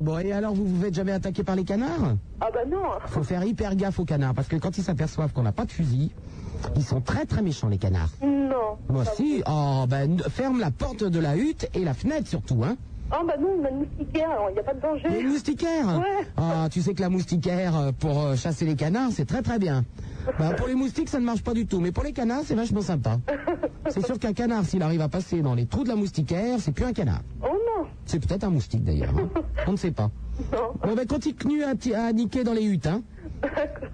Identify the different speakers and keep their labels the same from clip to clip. Speaker 1: Bon, et alors, vous vous faites jamais attaquer par les canards
Speaker 2: Ah bah non
Speaker 1: Faut faire hyper gaffe aux canards, parce que quand ils s'aperçoivent qu'on n'a pas de fusil, ils sont très très méchants, les canards.
Speaker 2: Non
Speaker 1: Moi si, oh, ben, ferme la porte de la hutte et la fenêtre surtout, hein.
Speaker 2: Ah bah non, on a une moustiquaire, alors il n'y a pas de danger
Speaker 1: Les moustiquaires
Speaker 2: Ouais.
Speaker 1: Ah, tu sais que la moustiquaire, euh, pour euh, chasser les canards, c'est très très bien. Bah, pour les moustiques, ça ne marche pas du tout, mais pour les canards, c'est vachement sympa. C'est sûr qu'un canard, s'il arrive à passer dans les trous de la moustiquaire, c'est plus un canard.
Speaker 2: Oh non
Speaker 1: C'est peut-être un moustique d'ailleurs, hein. on ne sait pas.
Speaker 2: Non
Speaker 1: Bon, ben, continue à, ti- à niquer dans les huttes, hein.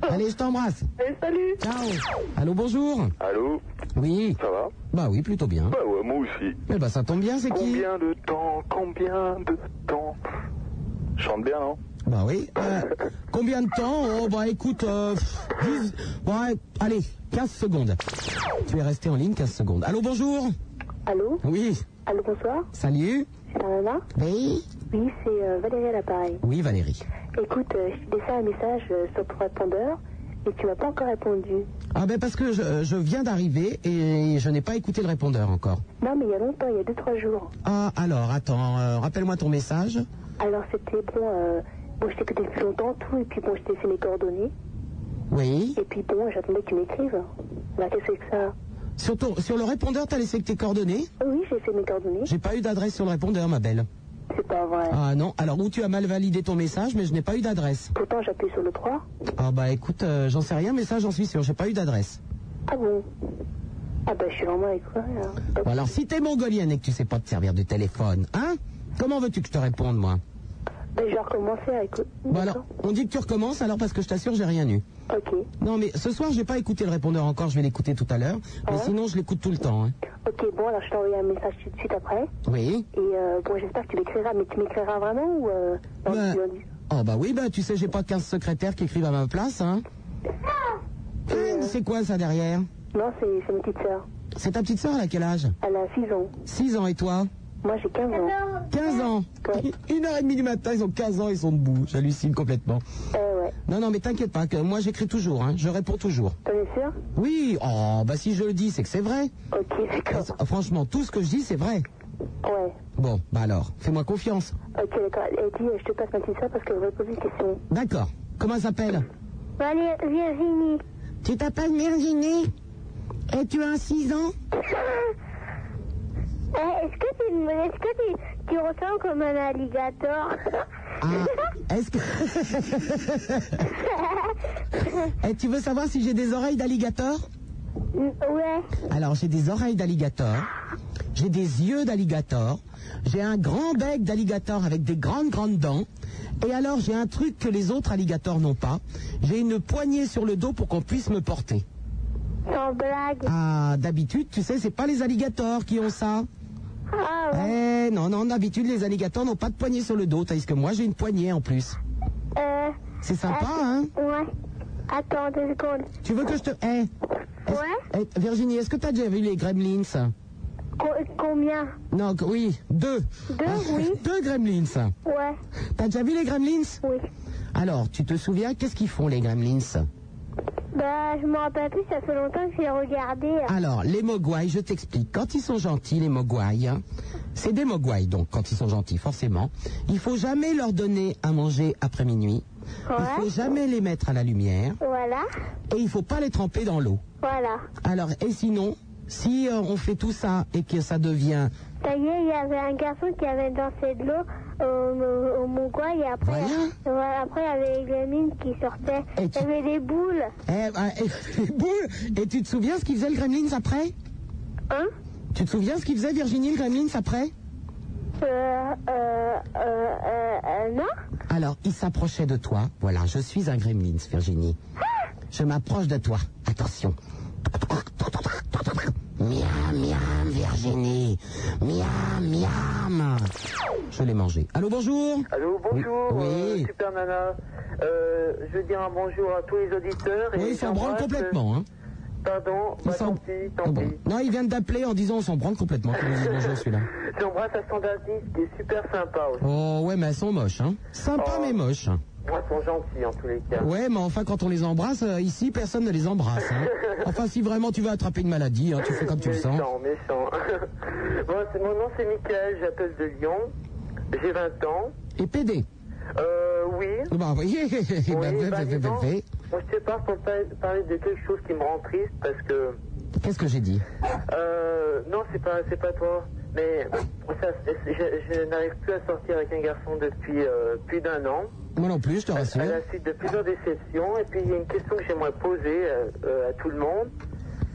Speaker 1: Allez, je t'embrasse.
Speaker 2: Allez, salut
Speaker 1: Ciao. Allô, bonjour.
Speaker 3: Allô
Speaker 1: Oui.
Speaker 3: Ça va
Speaker 1: Bah oui, plutôt bien.
Speaker 3: Bah ouais, moi aussi.
Speaker 1: Eh ben, ça tombe bien, c'est qui
Speaker 3: Combien de temps Combien de temps Je chante bien, non
Speaker 1: Bah oui. Euh, combien de temps Oh bah écoute, euh, pff, dix- ouais, allez, 15 secondes. Tu es resté en ligne 15 secondes. Allô, bonjour
Speaker 4: Allô
Speaker 1: Oui.
Speaker 4: Allô, bonsoir
Speaker 1: Salut
Speaker 4: C'est la maman
Speaker 1: Oui
Speaker 4: Oui, c'est euh, Valérie à l'appareil.
Speaker 1: Oui, Valérie.
Speaker 4: Écoute, euh, je t'ai laissé un message euh, sur ton répondeur et tu m'as pas encore répondu.
Speaker 1: Ah ben parce que je, je viens d'arriver et je n'ai pas écouté le répondeur encore.
Speaker 4: Non, mais il y a longtemps, il y a 2-3 jours.
Speaker 1: Ah, alors, attends, euh, rappelle-moi ton message.
Speaker 4: Alors c'était bon, euh, bon je t'écoutais depuis longtemps, tout, et puis bon, je t'ai laissé mes coordonnées,
Speaker 1: Oui.
Speaker 4: et puis bon, j'attendais que tu m'écrives. Bah, qu'est-ce que c'est que ça
Speaker 1: Sur, ton, sur le répondeur, t'as laissé que tes coordonnées
Speaker 4: Oh Oui, j'ai fait mes coordonnées.
Speaker 1: J'ai pas eu d'adresse sur le répondeur, ma belle.
Speaker 4: C'est pas vrai.
Speaker 1: Ah non, alors ou tu as mal validé ton message, mais je n'ai pas eu d'adresse.
Speaker 4: Pourtant, j'appuie sur le 3.
Speaker 1: Ah bah écoute, euh, j'en sais rien, mais ça j'en suis sûr, j'ai pas eu d'adresse.
Speaker 4: Ah bon Ah bah, je suis vraiment avec quoi, là Bah,
Speaker 1: Bon, alors si t'es mongolienne et que tu sais pas te servir de téléphone, hein Comment veux-tu que je te réponde, moi
Speaker 4: bah, je vais recommencer à écouter.
Speaker 1: Bon Bah alors, on dit que tu recommences alors parce que je t'assure, j'ai rien eu.
Speaker 4: Ok.
Speaker 1: Non mais ce soir, j'ai pas écouté le répondeur encore, je vais l'écouter tout à l'heure. Mais sinon, je l'écoute tout le temps, hein.
Speaker 4: Ok, bon, alors je t'envoie un message tout de suite après.
Speaker 1: Oui
Speaker 4: Et euh, bon, j'espère que tu m'écriras, mais tu m'écriras vraiment ou euh, dans
Speaker 1: Ben,
Speaker 4: le lundi
Speaker 1: Oh bah oui, bah tu sais, j'ai pas 15 secrétaires qui écrivent à ma place, hein
Speaker 4: Ah.
Speaker 1: Hein, C'est quoi ça derrière
Speaker 4: Non, c'est c'est ma petite sœur.
Speaker 1: C'est ta petite sœur, elle a quel âge
Speaker 4: Elle a 6 ans.
Speaker 1: 6 ans et toi
Speaker 4: Moi, j'ai 15 ans.
Speaker 1: 15 ans
Speaker 4: Ouais.
Speaker 1: Une heure et demie du matin, ils ont 15 ans, ils sont debout. J'hallucine complètement.
Speaker 4: Euh, ouais.
Speaker 1: Non, non, mais t'inquiète pas, que moi j'écris toujours, hein, je réponds toujours.
Speaker 4: T'en es sûr
Speaker 1: Oui, oh, bah si je le dis, c'est que c'est vrai.
Speaker 4: Ok, d'accord.
Speaker 1: Ah, Franchement, tout ce que je dis, c'est vrai.
Speaker 4: Ouais.
Speaker 1: Bon, bah alors, fais-moi confiance.
Speaker 4: Ok, d'accord. Et dis, je te passe ma petite sœur parce qu'elle va poser une question.
Speaker 1: D'accord. Comment elle s'appelle
Speaker 4: Allez, Virginie.
Speaker 1: Tu t'appelles Virginie Et tu as 6 ans
Speaker 5: Est-ce que tu, est-ce que tu, tu ressens comme un alligator
Speaker 1: Ah, est-ce que... Et Eh, tu veux savoir si j'ai des oreilles d'alligator
Speaker 5: Ouais.
Speaker 1: Alors, j'ai des oreilles d'alligator, j'ai des yeux d'alligator, j'ai un grand bec d'alligator avec des grandes, grandes dents, et alors j'ai un truc que les autres alligators n'ont pas. J'ai une poignée sur le dos pour qu'on puisse me porter.
Speaker 5: Sans blague.
Speaker 1: Ah, d'habitude, tu sais, c'est pas les alligators qui ont ça.
Speaker 5: Ah, ouais.
Speaker 1: Eh, non, non, d'habitude, les alligators n'ont pas de poignée sur le dos, tandis que moi, j'ai une poignée en plus.
Speaker 5: Euh,
Speaker 1: C'est sympa,
Speaker 5: attends-
Speaker 1: hein
Speaker 5: Ouais. Attends deux secondes.
Speaker 1: Tu veux que je te... Eh, est-ce-
Speaker 5: Ouais.
Speaker 1: eh, Virginie, est-ce que t'as déjà vu les gremlins
Speaker 5: Co- combien
Speaker 1: Non, que- oui, deux.
Speaker 5: Deux, oui.
Speaker 1: Deux gremlins.
Speaker 5: Ouais.
Speaker 1: T'as déjà vu les gremlins
Speaker 5: Oui.
Speaker 1: Alors, tu te souviens, qu'est-ce qu'ils font les gremlins
Speaker 5: Bah, je me rappelle plus, ça fait longtemps que j'ai regardé.
Speaker 1: Alors, les mogwai, je t'explique. Quand ils sont gentils, les mogwai, hein, c'est des mogwai, donc, quand ils sont gentils, forcément. Il faut jamais leur donner à manger après minuit. Il faut
Speaker 5: Ouais.
Speaker 1: jamais les mettre à la lumière.
Speaker 5: Voilà.
Speaker 1: Et il faut pas les tremper dans l'eau.
Speaker 5: Voilà.
Speaker 1: Alors, et sinon, si euh, on fait tout ça et que ça devient...
Speaker 5: Ça y est, il y avait un garçon qui avait dansé de l'eau au, au Mongois et après,
Speaker 1: Voilà.
Speaker 5: voilà, après, il y avait les mines qui sortaient.
Speaker 1: Et
Speaker 5: Il
Speaker 1: tu-
Speaker 5: y avait des boules.
Speaker 1: Eh, bah, eh, boule Et tu te souviens ce qu'ils faisaient le gremlins après
Speaker 5: Hein
Speaker 1: Tu te souviens ce qu'ils faisaient, Virginie, le gremlins après
Speaker 5: Euh, euh, euh, euh, euh, non
Speaker 1: Alors, il s'approchait de toi. Voilà, je suis un gremlins, Virginie. Je m'approche de toi. Attention. Miam, miam, Virginie. Miam, miam. Je l'ai mangé. Allô, bonjour.
Speaker 6: Allô, bonjour,
Speaker 1: Oui.
Speaker 6: euh, Super Nana. Euh, je veux dire un bonjour à tous les auditeurs.
Speaker 1: Oui,
Speaker 6: et
Speaker 1: il s'en branle
Speaker 6: j'embrasse-
Speaker 1: complètement. Hein.
Speaker 6: Pardon,
Speaker 1: Il
Speaker 6: bah,
Speaker 1: s'en-
Speaker 6: tant pis, tant
Speaker 1: Ah bon.
Speaker 6: pis.
Speaker 1: Non, il vient d'appeler en disant on s'en branle complètement. Tu nous dis bonjour, celui-là.
Speaker 6: J'embrasse à Standardis, qui est super sympa aussi.
Speaker 1: Oh, ouais, mais elles sont moches. Hein. Sympa,
Speaker 6: Oh.
Speaker 1: mais moches.
Speaker 6: Moi, ils sont gentils en tous les cas.
Speaker 1: Ouais, mais enfin, quand on les embrasse, euh, ici, personne ne les embrasse. hein. Enfin, si vraiment tu veux attraper une maladie, hein, tu fais comme tu le sens.
Speaker 6: Méchant, méchant. bon, c'est- mon nom c'est Michael, j'appelle de Lyon. J'ai 20 ans. Euh,
Speaker 1: Et PD.
Speaker 6: oui.
Speaker 1: Bon, vous voyez,
Speaker 6: Oui,
Speaker 1: bah, bah,
Speaker 6: bah,
Speaker 1: bah,
Speaker 6: dis
Speaker 1: bah,
Speaker 6: donc.
Speaker 1: bah.
Speaker 6: Moi, je te parle pour par- parler de quelque chose qui me rend triste parce que.
Speaker 1: qu'est-ce que j'ai dit
Speaker 6: Euh, non, c'est pas, c'est pas toi. Mais euh, ça, c'est- je, je n'arrive plus à sortir avec un garçon depuis euh, plus d'un an.
Speaker 1: Moi non plus, je te rassure.
Speaker 6: À la suite de plusieurs déceptions, et puis il y a une question que j'aimerais poser euh, euh, à tout le monde.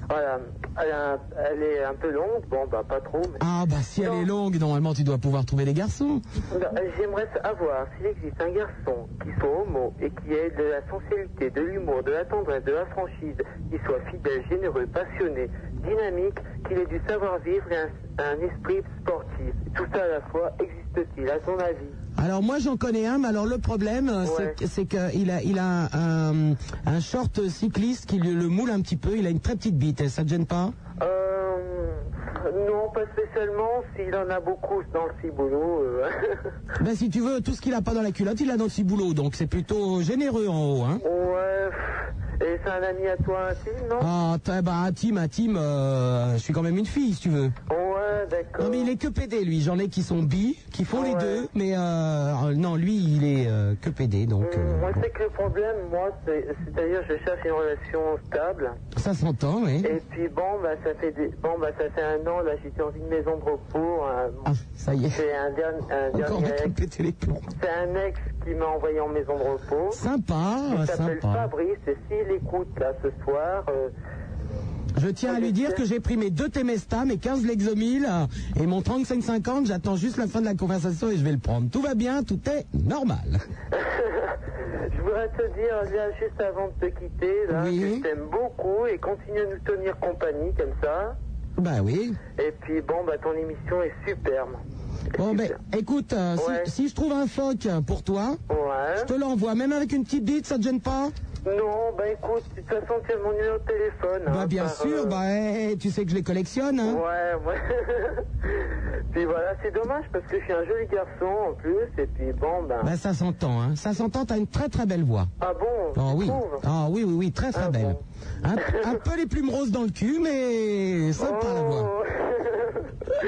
Speaker 6: Voilà, elle, a- elle est un peu longue, bon bah pas trop, mais
Speaker 1: Ah bah si elle est longue, normalement tu dois pouvoir trouver des garçons.
Speaker 6: Non, euh, j'aimerais savoir s'il existe un garçon qui soit homo et qui ait de la sensualité, de l'humour, de la tendresse, de la franchise, qui soit fidèle, généreux, passionné, dynamique, qu'il ait du savoir-vivre et un, un esprit sportif. Tout ça à la fois existe-t-il, à ton avis
Speaker 1: Alors moi j'en connais un, mais alors le problème euh, c'est
Speaker 6: Ouais.
Speaker 1: que- c'est qu'il a, il a un, un short cycliste qui lui- le moule un petit peu, il a une très petite bite, hein, ça te gêne pas
Speaker 6: Euh, non, pas spécialement. S'il en a beaucoup dans le ciboulot. euh,
Speaker 1: Ben si tu veux, tout ce qu'il a pas dans la culotte, il a dans le ciboulot, donc c'est plutôt généreux en haut. Hein
Speaker 6: ouais. pff. Et c'est un ami à toi intime, non
Speaker 1: ah t'as- bah intime, intime, euh, je suis quand même une fille si tu veux.
Speaker 6: Ouais, d'accord.
Speaker 1: Non mais il est que PD lui, j'en ai qui sont bi, qui font les
Speaker 6: Ouais.
Speaker 1: deux, mais euh, euh, non lui il est euh, que PD donc
Speaker 6: Hum,
Speaker 1: euh,
Speaker 6: Moi, c'est que le problème, moi, c'est- c'est-à-dire, je cherche une relation stable.
Speaker 1: ça s'entend, oui.
Speaker 6: Et puis, bon, bah, ça fait des... bon, bah, ça fait un an, là, j'étais dans une maison de repos. hein.
Speaker 1: Ah ça y est,
Speaker 6: C'est un, dernier, un
Speaker 1: encore
Speaker 6: dernier
Speaker 1: mec à
Speaker 6: ex.
Speaker 1: péter les plombs.
Speaker 6: C'est un ex qui m'a envoyé en maison de repos.
Speaker 1: Sympa,
Speaker 6: il s'appelle
Speaker 1: ah, sympa.
Speaker 6: Fabrice, et s'il écoute, là, ce soir, euh,
Speaker 1: Je tiens à lui dire que j'ai pris mes deux Temestam et 15 Lexomil euh, et mon 3550. J'attends juste la fin de la conversation et je vais le prendre. Tout va bien, tout est normal.
Speaker 6: Je voudrais te dire, là, juste avant de te quitter, là,
Speaker 1: Oui.
Speaker 6: que je t'aime beaucoup et continue à nous tenir compagnie comme ça.
Speaker 1: Bah oui.
Speaker 6: Et puis, bon, bah, ton émission est superbe.
Speaker 1: Bon, ben, écoute, euh, si-
Speaker 6: Ouais.
Speaker 1: si, je trouve un phoque euh, pour toi,
Speaker 6: Ouais.
Speaker 1: je te l'envoie. Même avec une petite bite, ça te gêne pas
Speaker 6: Non, bah, écoute, de toute façon, tu as mon numéro de téléphone.
Speaker 1: Bah
Speaker 6: hein,
Speaker 1: bien
Speaker 6: par,
Speaker 1: sûr,
Speaker 6: euh,
Speaker 1: bah hey, tu sais que je les collectionne. hein.
Speaker 6: Ouais, ouais. puis voilà, c'est dommage parce que je suis un joli garçon en plus. Et puis, bon, ben.
Speaker 1: Bah ça s'entend, hein. Ça s'entend, t'as une très très belle voix.
Speaker 6: Ah bon
Speaker 1: Ah
Speaker 6: tu
Speaker 1: oui.
Speaker 6: trouves
Speaker 1: Ah oui, oui, oui, très très
Speaker 6: Ah
Speaker 1: belle.
Speaker 6: bon.
Speaker 1: Un, un peu les plumes roses dans le cul, mais sympa Ah, la voix.
Speaker 6: Oh.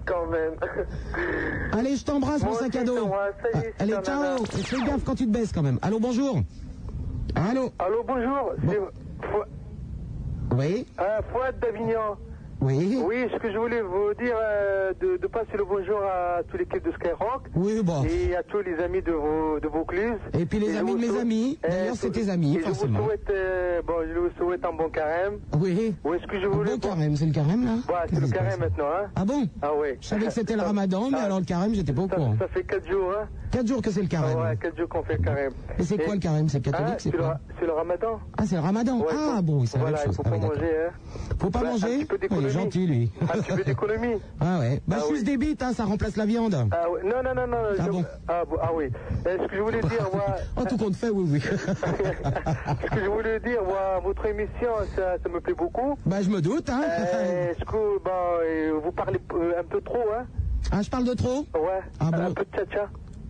Speaker 6: Quand même.
Speaker 1: Allez, je t'embrasse, mon
Speaker 6: Moi
Speaker 1: sac
Speaker 6: aussi,
Speaker 1: à
Speaker 6: je
Speaker 1: dos. Ah,
Speaker 6: t'embrasse. Salut,
Speaker 1: Allez,
Speaker 6: super
Speaker 1: ciao.
Speaker 6: nana.
Speaker 1: Et Fais gaffe quand tu te baisses quand même. Allô, bonjour. Allô.
Speaker 7: Allô, bonjour. c'est Fou-
Speaker 1: Oui,
Speaker 7: euh, Fouad d'Avignon.
Speaker 1: oui.
Speaker 7: Oui, ce que je voulais vous dire, euh, de, de passer le bonjour à toute l'équipe de Skyrock
Speaker 1: Oui, bon.
Speaker 7: et à tous les amis de, vos, de Vaucluse.
Speaker 1: Oh. Et puis les
Speaker 7: je
Speaker 1: amis de
Speaker 7: vous
Speaker 1: mes
Speaker 7: souhaite-
Speaker 1: amis.
Speaker 7: euh,
Speaker 1: D'ailleurs, c'est tes amis,
Speaker 7: et Je
Speaker 1: forcément.
Speaker 7: vous souhaite, euh, bon, je vous souhaite un bon carême.
Speaker 1: Oui.
Speaker 7: Ou est-ce que je
Speaker 1: Un
Speaker 7: voulais...
Speaker 1: bon carême, c'est le carême là
Speaker 7: Bah,
Speaker 1: Qu'est-ce
Speaker 7: c'est le
Speaker 1: qui se
Speaker 7: carême
Speaker 1: passe
Speaker 7: maintenant, hein
Speaker 1: Ah bon
Speaker 7: Ah oui.
Speaker 1: Je savais que c'était le ramadan, mais
Speaker 7: Ah,
Speaker 1: alors le carême, j'étais pas au
Speaker 7: ça,
Speaker 1: courant.
Speaker 7: ça fait 4 jours, hein
Speaker 1: Quatre jours que c'est le
Speaker 7: Ah
Speaker 1: carême.
Speaker 7: ouais, 4 jours qu'on fait le carême.
Speaker 1: Et c'est quoi le carême C'est
Speaker 7: Ah,
Speaker 1: catholique C'est
Speaker 7: c'est le,
Speaker 1: quoi
Speaker 7: c'est le ramadan
Speaker 1: Ah, c'est le ramadan.
Speaker 7: Ouais,
Speaker 1: Ah
Speaker 7: faut-
Speaker 1: bon, c'est la
Speaker 7: Voilà,
Speaker 1: même
Speaker 7: il
Speaker 1: chose.
Speaker 7: faut
Speaker 1: Ah
Speaker 7: pas
Speaker 1: ouais, d'accord.
Speaker 7: manger, hein
Speaker 1: Faut pas
Speaker 7: Bah, un petit
Speaker 1: manger Oh, Il
Speaker 7: peu
Speaker 1: est
Speaker 7: d'économie.
Speaker 1: gentil, lui.
Speaker 7: Un petit peu d'économie.
Speaker 1: Ah ouais. Bah,
Speaker 7: Ah
Speaker 1: je
Speaker 7: oui.
Speaker 1: suis des bites, hein, ça remplace la viande.
Speaker 7: Ah ouais, non, non, non, non.
Speaker 1: Ah
Speaker 7: je-
Speaker 1: bon
Speaker 7: ah, bon, ah oui. Euh, ce que je voulais dire, moi,
Speaker 1: Oh, tout compte fait, oui, oui.
Speaker 7: ce que je voulais dire, moi, votre émission, ça, ça me plaît beaucoup.
Speaker 1: bah, je me doute, hein.
Speaker 7: Euh, ce que, bah, euh, vous parlez euh, un peu trop, hein
Speaker 1: Ah, je parle de trop
Speaker 7: Ouais.
Speaker 1: Ah bon
Speaker 7: un peu de tcha-tcha.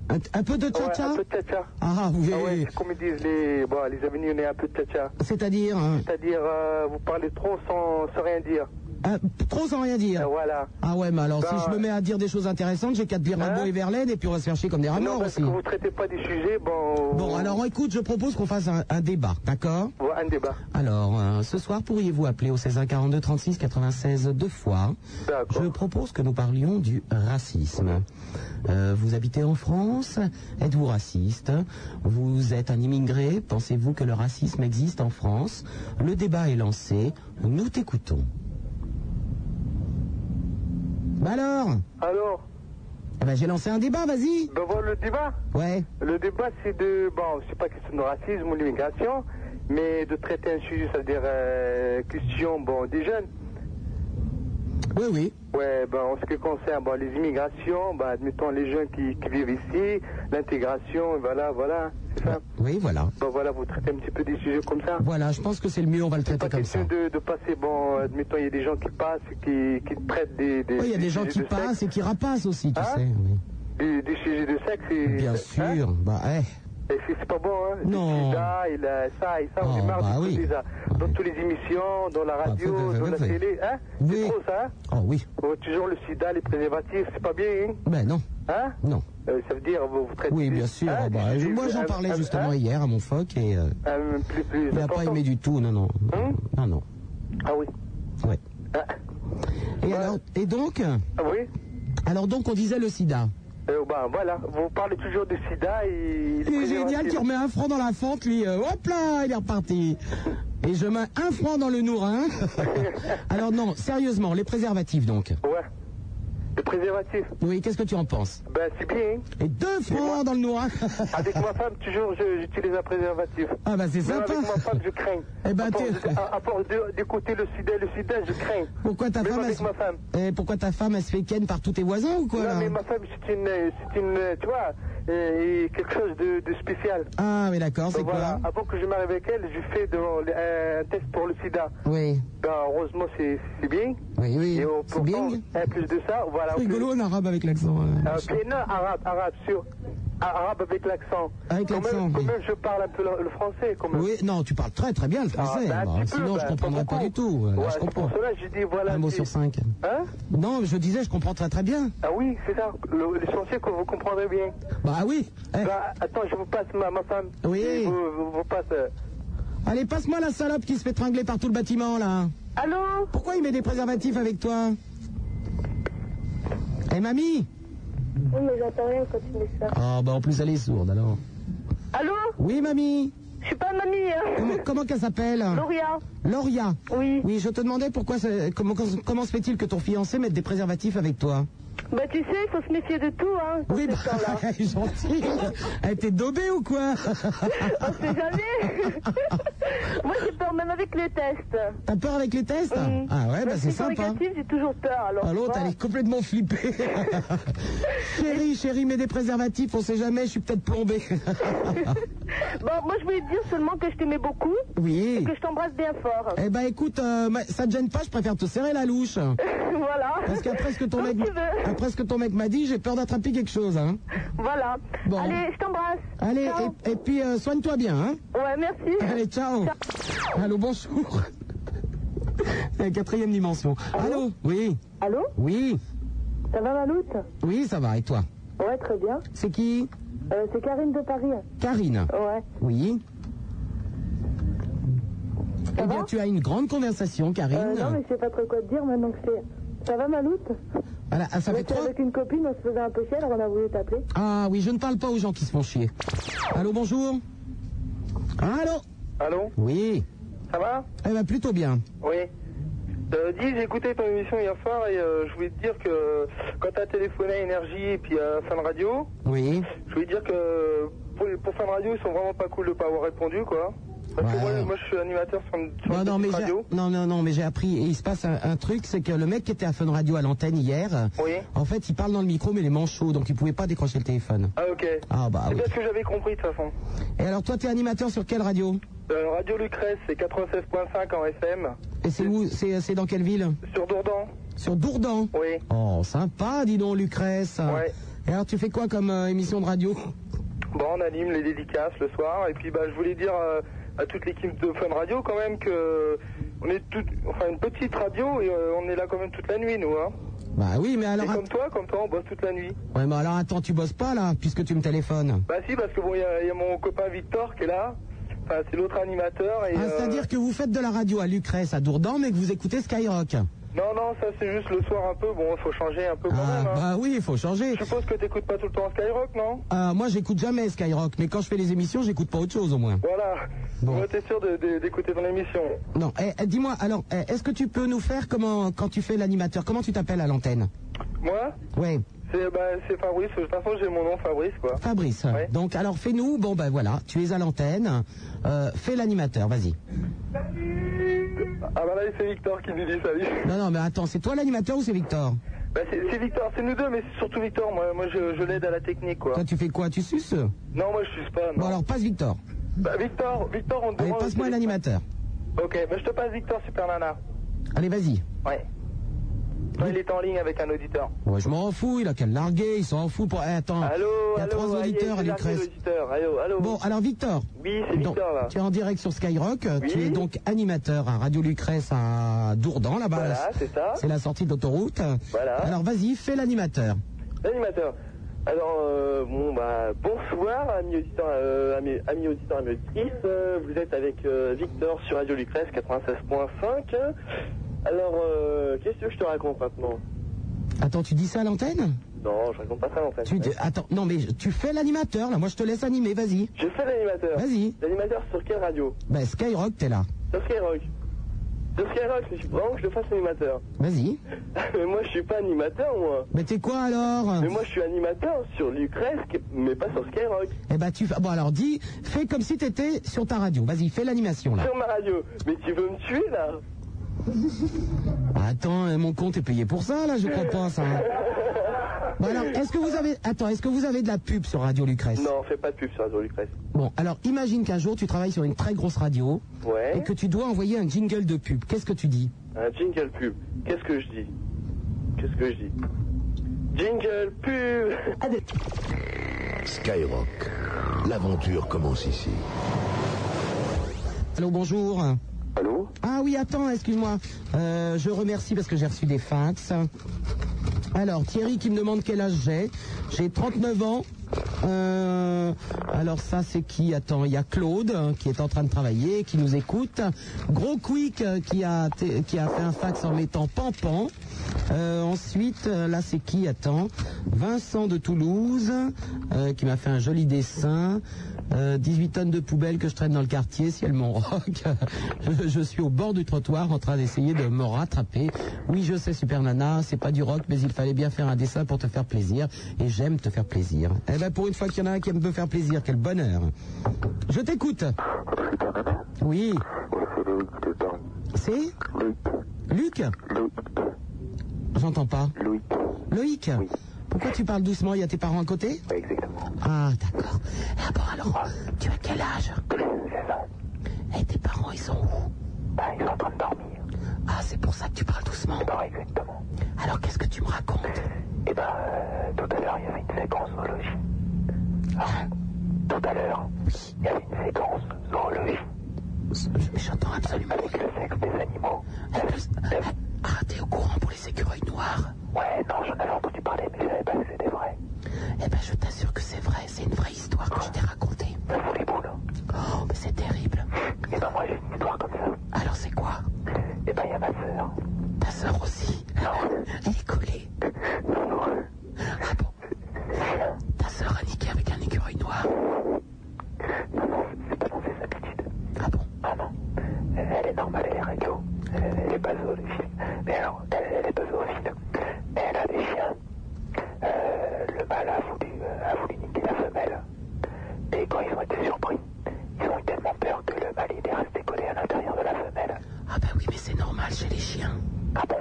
Speaker 1: un, un peu de
Speaker 7: Ouais,
Speaker 1: tcha-tcha
Speaker 7: un peu de tcha-tcha.
Speaker 1: Ah oui.
Speaker 7: Ah ouais, c'est comme ils disent les, bah, les avenues, on est un peu de tcha-tcha.
Speaker 1: C'est-à-dire hein,
Speaker 7: C'est-à-dire, euh, vous parlez trop sans, sans rien dire.
Speaker 1: un- trop sans rien
Speaker 7: Euh,
Speaker 1: dire.
Speaker 7: voilà.
Speaker 1: Ah ouais, mais alors
Speaker 7: Ben,
Speaker 1: si je me
Speaker 7: ouais.
Speaker 1: mets à dire des choses intéressantes, j'ai qu'à te lire Rimbaud
Speaker 7: Hein
Speaker 1: et Verlaine et puis on va se faire chier comme des rats
Speaker 7: non,
Speaker 1: morts
Speaker 7: parce
Speaker 1: Ah aussi.
Speaker 7: que vous traitez pas des sujets, bon.
Speaker 1: Bon, alors écoute, je propose qu'on fasse un, un débat, d'accord
Speaker 7: Ouais, Un débat.
Speaker 1: Alors, euh, ce soir, pourriez-vous appeler au 16 1 42 36 96 deux fois
Speaker 7: D'accord.
Speaker 1: Je propose que nous parlions du racisme. Euh, vous habitez en France Êtes-vous raciste Vous êtes un immigré Pensez-vous que le racisme existe en France Le débat est lancé. Nous t'écoutons. Bah alors
Speaker 7: Alors,
Speaker 1: Eh ben, J'ai lancé un débat, vas-y
Speaker 7: ben voilà le débat.
Speaker 1: Ouais.
Speaker 7: Le débat, c'est de. Bon, c'est pas question de racisme ou l'immigration, mais de traiter un sujet, c'est-à-dire euh, question bon, des jeunes.
Speaker 1: Oui, oui.
Speaker 7: Ouais, ben, en ce qui concerne bon, les immigrations, ben, admettons les jeunes qui, qui vivent ici, l'intégration, voilà, voilà. C'est ça.
Speaker 1: Oui, voilà.
Speaker 7: Ben voilà, vous traitez un petit peu des sujets comme ça.
Speaker 1: Voilà, je pense que c'est le mieux, on va le traiter
Speaker 7: Pas
Speaker 1: comme ça.
Speaker 7: question de, de passer, bon, admettons, il y a des gens qui passent, qui, qui traitent des. des
Speaker 1: Oui, il y a des gens
Speaker 7: sujets
Speaker 1: qui
Speaker 7: de sexe,
Speaker 1: passent et qui rapassent aussi, tu
Speaker 7: Hein
Speaker 1: sais. oui.
Speaker 7: Des, des sujets de sexe et.
Speaker 1: Bien
Speaker 7: hein
Speaker 1: sûr. Bah, eh.
Speaker 7: Et c'est c'est pas bon, hein.
Speaker 1: Non.
Speaker 7: Le sida, il a ça et ça, on
Speaker 1: Oh,
Speaker 7: est marre
Speaker 1: bah
Speaker 7: de tout
Speaker 1: oui. Bah,
Speaker 7: ça. Dans toutes les émissions, dans la radio,
Speaker 1: faut que ça
Speaker 7: dans la
Speaker 1: fasse.
Speaker 7: télé, hein.
Speaker 1: Oui.
Speaker 7: C'est trop ça, hein.
Speaker 1: Oh oui,
Speaker 7: Oh, toujours le sida, les préservatifs, c'est pas bien, hein.
Speaker 1: ben non,
Speaker 7: hein
Speaker 1: non.
Speaker 7: Euh, ça veut dire, vous, vous traitez.
Speaker 1: Oui,
Speaker 7: du-
Speaker 1: bien sûr.
Speaker 7: hein,
Speaker 1: Ah bah,
Speaker 7: du-
Speaker 1: je-
Speaker 7: du-
Speaker 1: moi, j'en
Speaker 7: un-
Speaker 1: parlais
Speaker 7: un-
Speaker 1: justement
Speaker 7: un-
Speaker 1: hier à mon phoque et euh,
Speaker 7: un plus, plus
Speaker 1: il n'a pas
Speaker 7: important.
Speaker 1: aimé du tout. Non, non.
Speaker 7: Hein
Speaker 1: Non, non.
Speaker 7: Ah oui.
Speaker 1: Ouais.
Speaker 7: Ah,
Speaker 1: Et, alors, et donc, euh,
Speaker 7: ah oui
Speaker 1: alors donc, on disait le sida.
Speaker 7: Euh, ben voilà, vous parlez toujours du sida et.
Speaker 1: C'est génial, tu remets un franc dans la fente, lui, euh, hop là, il est reparti. Et je mets un franc dans le nourrin. Alors non, sérieusement, les préservatifs donc.
Speaker 7: Ouais. Le préservatif,
Speaker 1: Oui, qu'est-ce que tu en penses
Speaker 7: ben c'est bien. hein.
Speaker 1: Et deux francs dans le nourrin.
Speaker 7: Avec ma femme, toujours, je- j'utilise un préservatif.
Speaker 1: Ah bah c'est
Speaker 7: Même
Speaker 1: sympa.
Speaker 7: avec ma femme, je crains.
Speaker 1: Eh ben,
Speaker 7: à force,
Speaker 1: t'es-
Speaker 7: de, à- à force de- d'écouter le sida et le sida, je crains.
Speaker 1: Pourquoi ta
Speaker 7: Même
Speaker 1: femme, elle
Speaker 7: avec
Speaker 1: se-
Speaker 7: ma femme.
Speaker 1: Eh, pourquoi ta femme elle se fait ken par tous tes voisins ou quoi
Speaker 7: non,
Speaker 1: là
Speaker 7: mais ma femme, c'est une, euh, c'est une, euh, tu vois, euh, quelque chose de, de spécial.
Speaker 1: Ah mais d'accord, c'est
Speaker 7: Ben voilà, avant que je m'arrive avec elle, je fais devant les- un test pour le sida.
Speaker 1: quoi Oui,
Speaker 7: Ben, heureusement, c'est c'est bien.
Speaker 1: oui, oui.
Speaker 7: Et au-
Speaker 1: C'est
Speaker 7: pourtant,
Speaker 1: bien.
Speaker 7: en plus de ça, voilà. en plus-
Speaker 1: Rigolo en arabe avec l'accent. euh.
Speaker 7: Euh, puis non, arabe, arabe, sûr. A- Arabe avec l'accent.
Speaker 1: Avec
Speaker 7: Quand même-
Speaker 1: l'accent,
Speaker 7: Quand
Speaker 1: oui.
Speaker 7: même, je parle un peu le, le français, quand même.
Speaker 1: Oui, non, tu parles très très bien le
Speaker 7: Ah,
Speaker 1: français.
Speaker 7: ben, un
Speaker 1: alors,
Speaker 7: petit peu,
Speaker 1: sinon,
Speaker 7: ben,
Speaker 1: je comprendrais pas
Speaker 7: beaucoup.
Speaker 1: du tout. euh,
Speaker 7: Ouais,
Speaker 1: je
Speaker 7: c'est
Speaker 1: comprends.
Speaker 7: pour cela, je dis, voilà.
Speaker 1: Un mot
Speaker 7: c'est-
Speaker 1: sur cinq.
Speaker 7: Hein
Speaker 1: Non, je disais, je comprends très très bien.
Speaker 7: Ah oui, c'est ça. Le- L'essentiel que vous comprendrez bien.
Speaker 1: Bah oui. Eh,
Speaker 7: Bah, attends, je vous passe ma, ma femme.
Speaker 1: Oui.
Speaker 7: Et Vous, vous, vous passe. euh,
Speaker 1: Allez, passe-moi la salope qui se fait tringler par tout le bâtiment là.
Speaker 4: Ah.
Speaker 2: Allô
Speaker 1: Pourquoi il met des préservatifs avec toi Eh mamie
Speaker 4: Oui, mais j'entends rien quand tu me ça.
Speaker 1: Ah bah en plus elle est sourde alors.
Speaker 2: Allô
Speaker 1: Oui mamie
Speaker 2: Je suis pas mamie, hein
Speaker 1: Comment, comment qu'elle s'appelle
Speaker 2: Gloria
Speaker 1: Lauria.
Speaker 2: Oui.
Speaker 1: Oui, je te demandais pourquoi ça- comment, comment se fait-il que ton fiancé mette des préservatifs avec toi
Speaker 2: Bah tu sais, il faut se méfier de tout, hein dans
Speaker 1: Oui,
Speaker 2: ces
Speaker 1: bah,
Speaker 2: temps-là.
Speaker 1: elle est gentille. Elle t'est daubée ou quoi
Speaker 2: On sait jamais Moi j'ai peur même avec les tests.
Speaker 1: T'as peur avec les tests
Speaker 2: Oui.
Speaker 1: Ah ouais, bah
Speaker 2: Même
Speaker 1: c'est
Speaker 2: s'ils sont
Speaker 1: sympa.
Speaker 2: négatifs, j'ai toujours peur, alors.
Speaker 1: Ah,
Speaker 2: tu
Speaker 1: L'autre,
Speaker 2: vois.
Speaker 1: elle est complètement flippée. chérie, chérie, mets des préservatifs, on sait jamais, je suis peut-être plombée.
Speaker 2: Bon, moi je voulais te dire seulement que je t'aimais beaucoup,
Speaker 1: oui.
Speaker 2: que je t'embrasse bien fort.
Speaker 1: Eh ben écoute, euh, ma- ça te gêne pas, je préfère te serrer la louche.
Speaker 2: voilà.
Speaker 1: Parce qu'après ce que ton
Speaker 2: Comme
Speaker 1: mec,
Speaker 2: tu veux.
Speaker 1: après ce que ton mec m'a dit, j'ai peur d'attraper quelque chose. Hein.
Speaker 2: Voilà.
Speaker 1: Bon.
Speaker 2: Allez, je t'embrasse.
Speaker 1: Allez,
Speaker 2: Ciao.
Speaker 1: et, et puis euh, soigne-toi bien. Hein.
Speaker 2: Ouais, merci.
Speaker 1: Allez, ciao. Allô, bonjour. La quatrième dimension. Allô Oui,
Speaker 4: Allô
Speaker 1: oui,
Speaker 4: Ça va, Maloute
Speaker 1: oui, ça va. Et toi
Speaker 4: Ouais, très bien.
Speaker 1: C'est qui
Speaker 4: Euh, c'est Karine de Paris.
Speaker 1: Karine.
Speaker 4: Ouais.
Speaker 1: Oui. eh bien,
Speaker 4: va
Speaker 1: tu as une grande conversation, Karine.
Speaker 4: Euh, non, mais je sais pas trop quoi te dire maintenant que c'est. Ça va, Maloute
Speaker 1: Voilà, ah, ça fait
Speaker 4: J'étais
Speaker 1: trois.
Speaker 4: avec une copine, on se faisait un peu chier, alors on a voulu t'appeler.
Speaker 1: Ah oui, je ne parle pas aux gens qui se font chier. Allô, bonjour. Allô
Speaker 7: Allô
Speaker 1: Oui.
Speaker 7: Ça va
Speaker 1: Eh ben, plutôt bien.
Speaker 7: Oui. Euh, dis, j'ai écouté ton émission hier soir et euh, je voulais te dire que quand t'as téléphoné à Énergie et puis à Fan Radio,
Speaker 1: Oui.
Speaker 7: je voulais te dire que pour, pour Fan Radio, ils sont vraiment pas cool de pas avoir répondu, quoi. Parce que
Speaker 1: Ouais.
Speaker 7: moi, moi, je suis animateur sur, une- sur
Speaker 1: Non,
Speaker 7: une
Speaker 1: non, mais
Speaker 7: petite
Speaker 1: j'ai,
Speaker 7: radio.
Speaker 1: non, non, non, mais j'ai appris. Et il se passe un, un truc, c'est que le mec qui était à Fun Radio à l'antenne hier, euh,
Speaker 7: Oui.
Speaker 1: en fait, il parle dans le micro, mais il est manchot, donc il pouvait pas décrocher le téléphone.
Speaker 7: Ah, ok.
Speaker 1: Ah bah
Speaker 7: C'est
Speaker 1: oui.
Speaker 7: bien ce que j'avais compris, de toute façon.
Speaker 1: Et alors, toi, t'es animateur sur quelle radio
Speaker 7: Euh, radio Lucrèce, c'est 96.5 en FM.
Speaker 1: Et c'est où c'est, c'est dans quelle ville
Speaker 7: Sur Dourdan
Speaker 1: Sur Dourdan.
Speaker 7: Oui.
Speaker 1: Oh, sympa, dis donc, Lucrèce.
Speaker 7: Ouais.
Speaker 1: Et alors, tu fais quoi comme euh, émission de radio
Speaker 7: Bon, on anime les dédicaces le soir. Et puis, bah, je voulais dire euh, à toute l'équipe de Fun Radio quand même que on est tout, enfin une petite radio et euh, on est là quand même toute la nuit, nous. Hein.
Speaker 1: Bah oui, mais
Speaker 7: Et
Speaker 1: alors.
Speaker 7: comme toi, comme toi, on bosse toute la nuit.
Speaker 1: Ouais, mais alors attends, tu bosses pas là, puisque tu me téléphones.
Speaker 7: Bah si, parce que bon, il y, a- il y a mon copain Victor qui est là. Enfin, c'est l'autre animateur. Et,
Speaker 1: Ah,
Speaker 7: euh,
Speaker 1: c'est-à-dire que vous faites de la radio à Lucrèce, à Dourdan, mais que vous écoutez Skyrock.
Speaker 7: Non, non, ça c'est juste le soir un peu. Bon, faut changer un peu quand
Speaker 1: Ah,
Speaker 7: même. hein.
Speaker 1: bah oui, il faut changer.
Speaker 7: Je suppose que t'écoutes pas tout le temps Skyrock, non
Speaker 1: Ah, moi, j'écoute jamais Skyrock, mais quand je fais les émissions, j'écoute pas autre chose au moins.
Speaker 7: Voilà.
Speaker 1: Bon.
Speaker 7: Moi, t'es sûr de- de- d'écouter ton émission
Speaker 1: Non, eh, eh, dis-moi, alors, eh, est-ce que tu peux nous faire comment, quand tu fais l'animateur, comment tu t'appelles à l'antenne
Speaker 7: Moi
Speaker 1: Ouais,
Speaker 7: C'est bah, c'est Fabrice. De toute façon, j'ai mon nom, Fabrice, quoi.
Speaker 1: Fabrice.
Speaker 7: Ouais.
Speaker 1: Donc, alors, fais-nous, bon, ben voilà, tu es à l'antenne, euh, fais l'animateur, vas-y.
Speaker 7: Ah bah là c'est Victor qui nous dit salut.
Speaker 1: Non, non, mais attends, c'est toi l'animateur ou c'est Victor
Speaker 7: Bah c'est c'est Victor, c'est nous deux mais c'est surtout Victor, moi, moi je, je l'aide à la technique quoi.
Speaker 1: Toi, tu fais quoi Tu suces
Speaker 7: Non moi je suis pas. non.
Speaker 1: Bon, alors, passe Victor.
Speaker 7: Bah Victor, Victor on te
Speaker 1: Allez,
Speaker 7: demande.
Speaker 1: passe-moi l'animateur.
Speaker 7: Ok, bah je te passe Victor Super Nana.
Speaker 1: Allez, vas-y.
Speaker 7: Ouais. Enfin, il est en ligne avec un auditeur.
Speaker 1: Ouais, je m'en fous, il a qu'à le larguer, il s'en fout. Pour... Eh, attends,
Speaker 7: Allô,
Speaker 1: il y a
Speaker 7: allô,
Speaker 1: trois
Speaker 7: aïe,
Speaker 1: auditeurs,
Speaker 7: j'ai
Speaker 1: elle est
Speaker 7: largué
Speaker 1: cresse.
Speaker 7: l'auditeur. Allô, allô.
Speaker 1: Bon, alors Victor,
Speaker 7: oui, c'est
Speaker 1: donc,
Speaker 7: Victor là.
Speaker 1: tu es en direct sur Skyrock, tu
Speaker 7: Oui.
Speaker 1: es donc animateur à Radio Lucrèce à Dourdan, là-bas.
Speaker 7: Voilà, c'est ça.
Speaker 1: Bah, C'est la sortie d'autoroute.
Speaker 7: Voilà.
Speaker 1: Alors vas-y, fais l'animateur.
Speaker 7: L'animateur. Alors, euh, bon, bah, bonsoir, amis auditeurs, euh, amis, amis auditeurs, amis auditrices. Euh, vous êtes avec euh, Victor sur Radio Lucrèce 96.5. Alors, euh, qu'est-ce que je te raconte maintenant
Speaker 1: Attends, tu dis ça à l'antenne
Speaker 7: Non, je raconte pas ça en fait.
Speaker 1: Tu dis- Attends, non mais tu fais l'animateur, là, moi je te laisse animer, vas-y.
Speaker 7: Je fais l'animateur.
Speaker 1: Vas-y.
Speaker 7: L'animateur sur quelle radio
Speaker 1: Ben Skyrock, t'es là.
Speaker 7: Sur Skyrock. Sur Skyrock, mais je suis vraiment que je le fasse animateur.
Speaker 1: Vas-y.
Speaker 7: mais moi, je suis pas animateur, moi.
Speaker 1: Mais t'es quoi alors
Speaker 7: Mais moi, je suis animateur sur Lucrèce, mais pas sur Skyrock.
Speaker 1: Eh ben tu... Bon alors dis, fais comme si t'étais sur ta radio. Vas-y, fais l'animation, là.
Speaker 7: Sur ma radio. Mais tu veux me tuer, là
Speaker 1: Attends, euh, mon compte est payé pour ça, là, je crois pas, ça. Bon alors, est-ce que vous avez... Attends, est-ce que vous avez de la pub sur Radio Lucrèce
Speaker 7: Non, fais pas de pub sur Radio Lucrèce.
Speaker 1: Bon, alors imagine qu'un jour tu travailles sur une très grosse radio
Speaker 7: Ouais.
Speaker 1: et que tu dois envoyer un jingle de pub. Qu'est-ce que tu dis
Speaker 7: Un jingle pub. Qu'est-ce que je dis Qu'est-ce que je dis Jingle pub
Speaker 8: Skyrock. L'aventure commence ici.
Speaker 1: Allô, bonjour.
Speaker 3: Allô
Speaker 1: Ah oui, attends, excuse-moi. Euh, je remercie parce que j'ai reçu des fax. Alors, Thierry qui me demande quel âge j'ai. J'ai 39 ans. Euh, alors ça, c'est qui Attends, il y a Claude euh, qui est en train de travailler, qui nous écoute. Gros Quick euh, qui a, t- qui a fait un fax en mettant Pampan. Euh, ensuite, euh, là, c'est qui Attends. Vincent de Toulouse euh, qui m'a fait un joli dessin. Euh, 18 tonnes de poubelles que je traîne dans le quartier, ciel mon roc. Je, je suis au bord du trottoir en train d'essayer de me rattraper. Oui, je sais, Super Nana, c'est pas du rock, mais il fallait bien faire un dessin pour te faire plaisir. Et j'aime te faire plaisir. Eh ben, pour une fois qu'il y en a un qui aime me faire plaisir, quel bonheur. Je t'écoute. Oui,
Speaker 3: Ouais, c'est Loïc de Paris.
Speaker 1: c'est
Speaker 3: Loïc,
Speaker 1: Luc
Speaker 3: Loïc,
Speaker 1: J'entends pas.
Speaker 3: Loïc.
Speaker 1: Loïc Pourquoi tu parles doucement Il y a tes parents à côté
Speaker 3: Ouais, exactement.
Speaker 1: Ah, d'accord. Ah bon, alors, tu as quel âge
Speaker 3: C'est ça.
Speaker 1: Et tes parents, ils sont où
Speaker 3: Bah, ils sont en train de dormir.
Speaker 1: Ah, c'est pour ça que tu parles doucement.
Speaker 3: Ouais, exactement.
Speaker 1: Alors, qu'est-ce que tu me racontes
Speaker 3: Et ben, euh, tout à l'heure, il y avait une séquence zoologie. Alors, tout à l'heure, il y avait une séquence zoologie
Speaker 1: Mais j'entends absolument
Speaker 3: avec le sexe des animaux.
Speaker 1: En plus, ah, t'es Euh, au courant pour les écureuils noirs
Speaker 3: Ouais, non, j'en avais entendu parler, mais je savais pas que c'était vrai.
Speaker 1: Eh ben, je t'assure que c'est vrai, c'est une vraie histoire que je t'ai racontée.
Speaker 3: Ça fout les boules.
Speaker 1: Oh, mais c'est terrible.
Speaker 3: Et ben, moi, j'ai une histoire comme ça.
Speaker 1: Alors, c'est quoi
Speaker 3: Et ben, il y a ma sœur.
Speaker 1: Ta sœur aussi Elle est collée. Ah bon Ta sœur a niqué avec un écureuil noir
Speaker 3: Non, non, c'est pas dans ses habitudes.
Speaker 1: Ah bon
Speaker 3: Ah non. Elle, elle est normale, elle est réglo. Elle, elle est pas zoophile. Mais alors, elle, elle est pas zoophile. Mais elle a des chiens. Euh, le mâle a voulu, a voulu niquer la femelle. Et quand ils ont été surpris, ils ont eu tellement peur que le mâle il est resté collé à l'intérieur de la femelle.
Speaker 1: Ah bah oui, mais c'est normal chez les chiens.
Speaker 3: Ah bon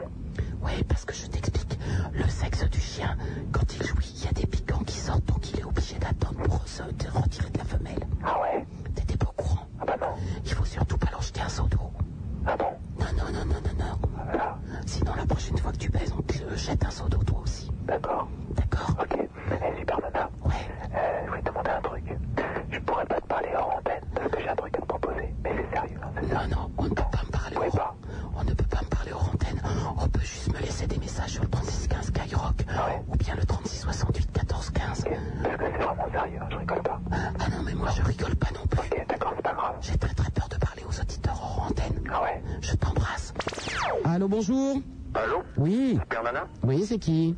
Speaker 1: Ouais, parce que je t'explique, le sexe du chien, quand il jouit, il y a des piquants qui sortent, donc il est obligé d'attendre pour se te retirer de la femelle.
Speaker 3: Ah ouais
Speaker 1: T'étais pas au courant
Speaker 3: Ah bah non.
Speaker 1: Il faut surtout pas leur jeter un seau d'eau.
Speaker 3: Ah bon
Speaker 1: Non, non, non, non, non, non.
Speaker 3: Voilà.
Speaker 1: Sinon, la prochaine fois que tu baises, on te euh, jette un seau d'eau toi aussi.
Speaker 3: D'accord.
Speaker 1: D'accord
Speaker 3: Ok. Eh, super nana.
Speaker 1: Ouais.
Speaker 3: Euh, je voulais te demander un truc. Je pourrais pas te parler hors antenne parce que j'ai un truc à te proposer. Mais c'est sérieux. hein, c'est
Speaker 1: Non, non, on ne peut pas me parler
Speaker 3: Ouais,
Speaker 1: hors
Speaker 3: pas.
Speaker 1: On ne peut pas me parler hors antenne. On peut juste me laisser des messages sur le 3615 Skyrock. Ou bien le 3668 1415.
Speaker 3: Ah Parce que c'est vraiment sérieux, hein, je rigole pas.
Speaker 1: Ah non, mais moi, je rigole pas non plus.
Speaker 3: Ok, d'accord, c'est pas grave.
Speaker 1: J'ai très très peur de parler aux auditeurs hors antenne.
Speaker 3: Ah ouais
Speaker 1: Je t'embrasse. Allô, bonjour.
Speaker 3: Allô
Speaker 1: Oui,
Speaker 3: Bernana
Speaker 1: oui, c'est qui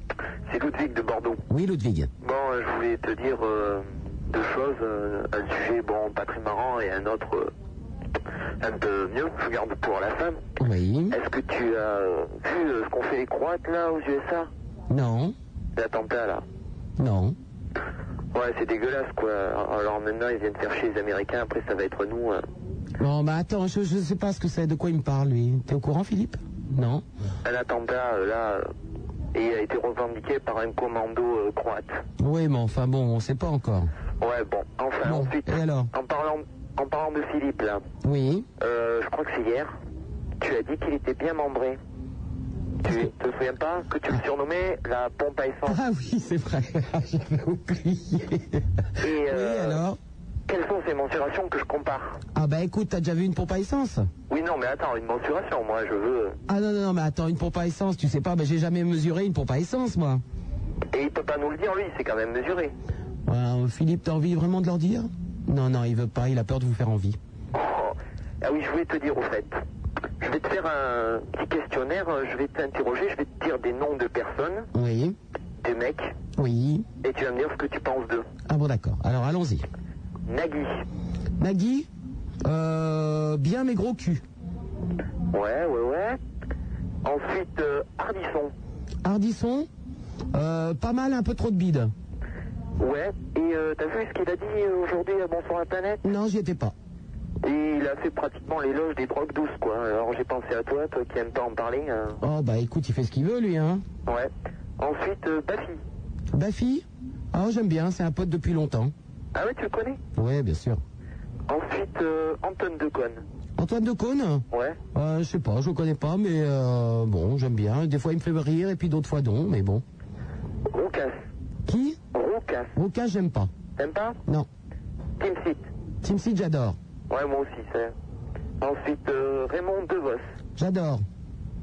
Speaker 3: C'est Ludwig de Bordeaux.
Speaker 1: Oui, Ludwig.
Speaker 3: Bon, euh, je voulais te dire euh, deux choses. euh, un sujet, bon, pas très marrant et un autre euh, un peu mieux. Je garde pour la fin.
Speaker 1: Oui.
Speaker 3: Est-ce que tu as vu euh, ce qu'ont fait les Croates là aux USA
Speaker 1: Non,
Speaker 3: L'attentat là
Speaker 1: non.
Speaker 3: Ouais, c'est dégueulasse quoi. Alors maintenant ils viennent faire chier les Américains, après ça va être nous. hein.
Speaker 1: Non, mais attends, je, je sais pas ce que c'est, de quoi il me parle, lui. T'es au courant, Philippe Non.
Speaker 3: Un attentat euh, là, euh, et a été revendiqué par un commando euh, croate.
Speaker 1: Oui, mais enfin bon, on sait pas encore.
Speaker 3: Ouais, bon, enfin,
Speaker 1: Bon,
Speaker 3: ensuite,
Speaker 1: et alors
Speaker 3: en parlant, en parlant de Philippe, là,
Speaker 1: Oui.
Speaker 3: euh, je crois que c'est hier, tu as dit qu'il était bien membré.
Speaker 6: Tu te souviens pas que tu le surnommais la pompe à essence
Speaker 1: Ah oui, c'est vrai, j'avais oublié.
Speaker 6: Et euh,
Speaker 1: alors
Speaker 6: quelles sont ces mensurations que je compare
Speaker 1: Ah bah écoute, t'as déjà vu une pompe à essence
Speaker 6: Oui, non, mais attends, une mensuration, moi, je veux.
Speaker 1: Ah non, non, non, mais attends, une pompe à essence, tu sais pas, mais j'ai jamais mesuré une pompe à essence, moi.
Speaker 6: Et il peut pas nous le dire, lui, c'est quand même mesuré.
Speaker 1: Wow, Philippe, t'as envie vraiment de leur dire Non, non, il veut pas, il a peur de vous faire envie.
Speaker 6: Oh, Ah oui, je voulais te dire au fait. Je vais te faire un petit questionnaire, euh, je vais t'interroger, je vais te dire des noms de personnes,
Speaker 1: Oui,
Speaker 6: des mecs,
Speaker 1: oui.
Speaker 6: et tu vas me dire ce que tu penses d'eux.
Speaker 1: Ah bon, d'accord. Alors, allons-y.
Speaker 6: Nagui.
Speaker 1: Nagui euh, Bien mais gros cul.
Speaker 6: Ouais, ouais, ouais. Ensuite, euh, Hardisson.
Speaker 1: Hardisson euh, Pas mal, un peu trop de bide.
Speaker 6: Ouais. Et euh, t'as vu ce qu'il a dit euh, aujourd'hui à Bonsoir Internet
Speaker 1: Non, j'y étais pas.
Speaker 6: Et il a fait pratiquement l'éloge des drogues douces, quoi. Alors j'ai pensé à toi, toi qui aimes pas en parler. euh,
Speaker 1: Oh, bah écoute, il fait ce qu'il veut, lui, hein.
Speaker 6: ouais. Ensuite, euh, Baffy.
Speaker 1: Baffy Oh, j'aime bien, c'est un pote depuis longtemps.
Speaker 6: Ah ouais, tu le connais
Speaker 1: Ouais, bien sûr.
Speaker 6: Ensuite, euh, Anton Decaune.
Speaker 1: Antoine de Caunes
Speaker 6: Ouais.
Speaker 1: euh, Je sais pas, je le connais pas, mais euh, bon, j'aime bien. Des fois, il me fait rire, et puis d'autres fois, non, mais bon.
Speaker 6: Roucas.
Speaker 1: Qui
Speaker 6: Roucas.
Speaker 1: Roca, j'aime pas.
Speaker 6: T'aimes pas
Speaker 1: Non.
Speaker 6: Team Seat.
Speaker 1: Team Seed, j'adore.
Speaker 6: Ouais, moi aussi, c'est. Ensuite, euh, Raymond DeVos.
Speaker 1: J'adore.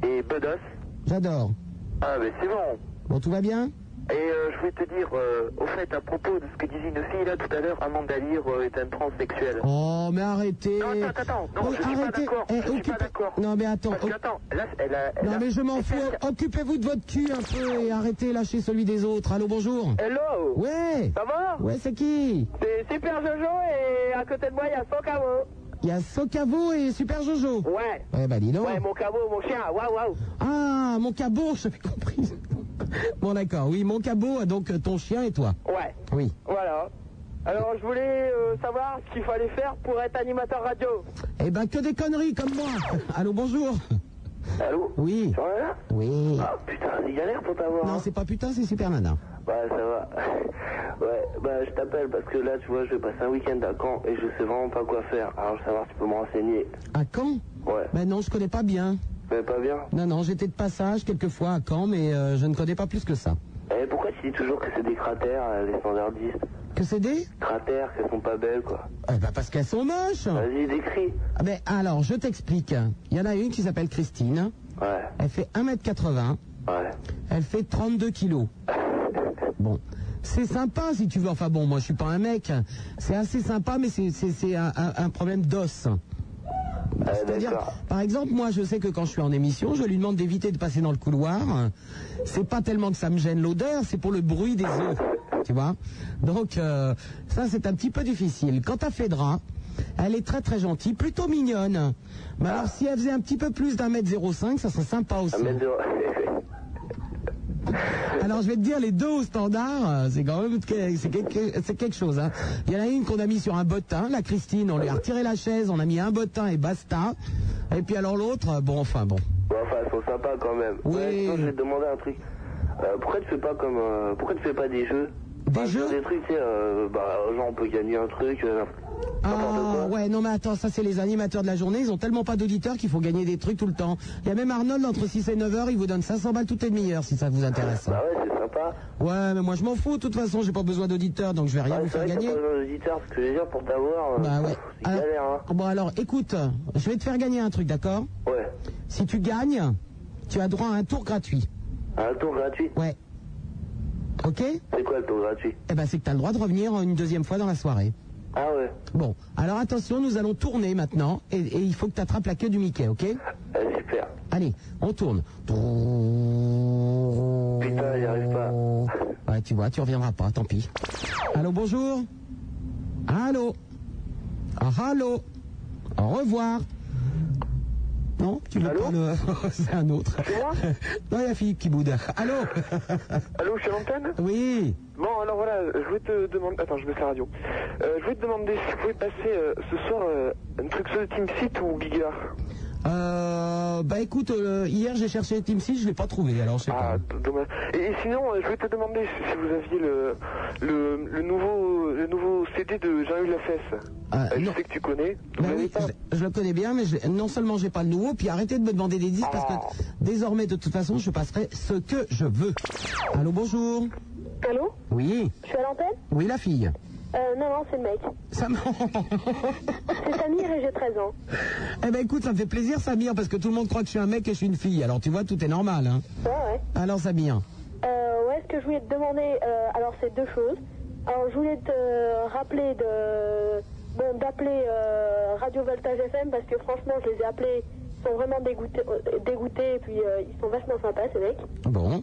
Speaker 6: Et Bedos.
Speaker 1: J'adore.
Speaker 6: Ah, mais c'est bon.
Speaker 1: Bon, tout va bien
Speaker 6: Et euh, je voulais te dire, euh, au fait, à propos de ce que disait une fille là tout à l'heure, Amanda Lear euh, est un transsexuel.
Speaker 1: Oh, mais arrêtez
Speaker 6: Non, attends, attends, non,
Speaker 1: Oui,
Speaker 6: je suis pas
Speaker 1: arrêtez.
Speaker 6: d'accord,
Speaker 1: Eh,
Speaker 6: je suis pas
Speaker 1: occupez-
Speaker 6: d'accord.
Speaker 1: Non, mais attends.
Speaker 6: Parce que, attends, là, elle a. elle
Speaker 1: Non,
Speaker 6: a-
Speaker 1: mais je m'en fous. Occupez-vous de votre cul un peu et arrêtez, lâchez celui des autres. Allô, bonjour
Speaker 2: Hello
Speaker 1: Ouais
Speaker 2: Ça va
Speaker 1: Ouais, c'est qui
Speaker 2: C'est Super Jojo et à côté de moi, il y a son cabot.
Speaker 1: Il y a Socavo et Super Jojo.
Speaker 2: Ouais.
Speaker 1: Ouais, bah dis
Speaker 6: Oh.
Speaker 1: donc.
Speaker 2: Ouais, mon cabot, mon chien, waouh, waouh.
Speaker 1: Ah, mon cabot, j'avais compris. bon, d'accord. Oui, mon cabot a donc euh, ton chien et toi.
Speaker 2: Ouais,
Speaker 1: Oui.
Speaker 2: voilà. Alors, je voulais euh, savoir ce qu'il fallait faire pour être animateur radio.
Speaker 1: Eh ben, que des conneries comme moi. Allô, bonjour.
Speaker 7: Allô
Speaker 1: Oui.
Speaker 7: Tu en es là
Speaker 1: Oui.
Speaker 7: Ah putain, c'est galère pour t'avoir.
Speaker 1: Non,
Speaker 7: hein.
Speaker 1: c'est pas putain, c'est Super Nana.
Speaker 7: Bah ça va. ouais, bah je t'appelle parce que là tu vois, je vais passer un week-end à Caen et je sais vraiment pas quoi faire. Alors je veux savoir si tu peux me renseigner.
Speaker 1: À Caen
Speaker 7: Ouais,
Speaker 1: Ben non, je connais pas bien.
Speaker 7: mais pas bien.
Speaker 1: Non, non, j'étais de passage quelquefois à Caen, mais euh, je ne connais pas plus que ça.
Speaker 7: Et Eh, pourquoi tu dis toujours que c'est des cratères, euh, les standardistes
Speaker 1: Que c'est des
Speaker 7: Cratères, qu'elles sont pas belles quoi.
Speaker 1: Eh ben parce qu'elles sont moches.
Speaker 7: Vas-y, décris.
Speaker 1: Ah ben, alors, je t'explique. Il y en a une qui s'appelle Christine.
Speaker 7: Ouais,
Speaker 1: Elle fait 1m80.
Speaker 7: ouais.
Speaker 1: Elle fait 32 kilos. Bon. C'est sympa si tu veux. Enfin bon, moi je suis pas un mec. C'est assez sympa, mais c'est- c'est c'est un, un- un problème d'os. C'est-à-dire,
Speaker 7: d'accord.
Speaker 1: par exemple, moi je sais que quand je suis en émission, je lui demande d'éviter de passer dans le couloir. C'est pas tellement que ça me gêne l'odeur, c'est pour le bruit des os. Tu vois Donc euh, ça c'est un petit peu difficile. Quant à Fedra, elle est très très gentille, plutôt mignonne. Mais alors si elle faisait un petit peu plus d'un mètre 05, ça serait sympa aussi.
Speaker 6: Ah,
Speaker 7: Un mètre de...
Speaker 1: Alors je vais te dire, les deux au standard, euh, c'est quand même que- c'est quelque, c'est quelque chose. hein. Il y en a une qu'on a mis sur un bottin, la Christine, on lui a retiré la chaise, on a mis un bottin et basta. Et puis alors l'autre, euh, bon enfin bon.
Speaker 7: Bon, enfin, elles sont sympas quand même.
Speaker 1: Oui.
Speaker 7: Ouais, sinon, je vais te demander un truc. Euh, pourquoi tu fais pas comme. euh, pourquoi tu fais pas des jeux
Speaker 1: Des
Speaker 7: Bah,
Speaker 1: jeux
Speaker 7: Des trucs, tu sais, euh, bah, genre on peut gagner un truc. euh, n'importe
Speaker 1: Ah
Speaker 7: quoi.
Speaker 1: ouais, non mais attends, ça c'est les animateurs de la journée, ils ont tellement pas d'auditeurs qu'il faut gagner des trucs tout le temps. Il y a même Arnold entre 6 et 9 heures, il vous donne 500 balles toutes les demi-heures si ça vous intéresse.
Speaker 7: Bah ouais, c'est sympa.
Speaker 1: Ouais, mais moi je m'en fous, de toute façon j'ai pas besoin d'auditeurs donc je vais rien
Speaker 7: Ouais,
Speaker 1: vous
Speaker 7: Bah, c'est
Speaker 1: faire
Speaker 7: vrai que
Speaker 1: Ah, gagner.
Speaker 7: t'as pas besoin d'auditeurs, parce que je veux dire, pour t'avoir, euh,
Speaker 1: Bah ouais.
Speaker 7: c'est
Speaker 1: Alors-
Speaker 7: galère, hein.
Speaker 1: Bon alors écoute, je vais te faire gagner un truc, d'accord
Speaker 7: Ouais.
Speaker 1: Si tu gagnes, tu as droit à un tour gratuit.
Speaker 7: Un tour gratuit.
Speaker 1: Ouais. Ok
Speaker 7: C'est quoi le tour gratuit
Speaker 1: Eh ben c'est que tu as le droit de revenir une deuxième fois dans la soirée.
Speaker 7: Ah ouais.
Speaker 1: Bon, alors attention, nous allons tourner maintenant et, et il faut que tu attrapes la queue du Mickey, ok
Speaker 7: Ouais, super.
Speaker 1: Allez, on tourne.
Speaker 7: Putain, j'y arrive pas.
Speaker 1: Ouais, tu vois, tu reviendras pas, tant pis. Allô, bonjour Allô Ah, allô Au revoir Non, tu veux
Speaker 6: Allô
Speaker 1: pas le... c'est un autre.
Speaker 6: moi
Speaker 1: non, il y a Philippe qui boude. Allô
Speaker 6: Allô, je suis à l'antenne
Speaker 1: Oui
Speaker 6: Bon, alors voilà, je voulais te demander. Attends, je baisse la radio. Euh, je voulais te demander si vous pouvez passer euh, ce soir euh, un truc sur le Team Seat ou Bigard.
Speaker 1: Euh, bah écoute, euh, hier j'ai cherché Team 6, je l'ai pas trouvé, alors je sais pas.
Speaker 9: Ah, d- dommage. Et, et sinon, euh, je voulais te demander si si vous aviez le, le, le nouveau, le nouveau CD de Jean-Hugues Lafesse.
Speaker 1: Ah,
Speaker 9: Euh, je
Speaker 1: non.
Speaker 9: sais que tu connais.
Speaker 1: Bah oui, je, je le connais bien, mais je- non seulement j'ai pas le nouveau, puis arrêtez de me demander des disques parce que désormais, de toute façon, je passerai ce que je veux. Allô, bonjour.
Speaker 10: Allô
Speaker 1: Oui,
Speaker 10: Je suis à l'antenne
Speaker 1: oui, la fille.
Speaker 10: euh, Non, non, c'est le mec.
Speaker 1: Ça me-
Speaker 10: C'est Samir et j'ai 13 ans.
Speaker 1: Eh ben écoute, ça me fait plaisir, Samir, parce que tout le monde croit que je suis un mec et je suis une fille. Alors tu vois, tout est normal. Hein.
Speaker 10: Ouais, ouais.
Speaker 1: Alors, Samir.
Speaker 10: Euh, ouais, ce que je voulais te demander, euh, alors c'est deux choses. Alors je voulais te euh, rappeler de bon d'appeler euh, Radio Voltage FM parce que franchement je les ai appelés, ils sont vraiment dégoûtés, euh, dégoûtés et puis euh, ils sont vachement sympas ces mecs.
Speaker 1: Bon.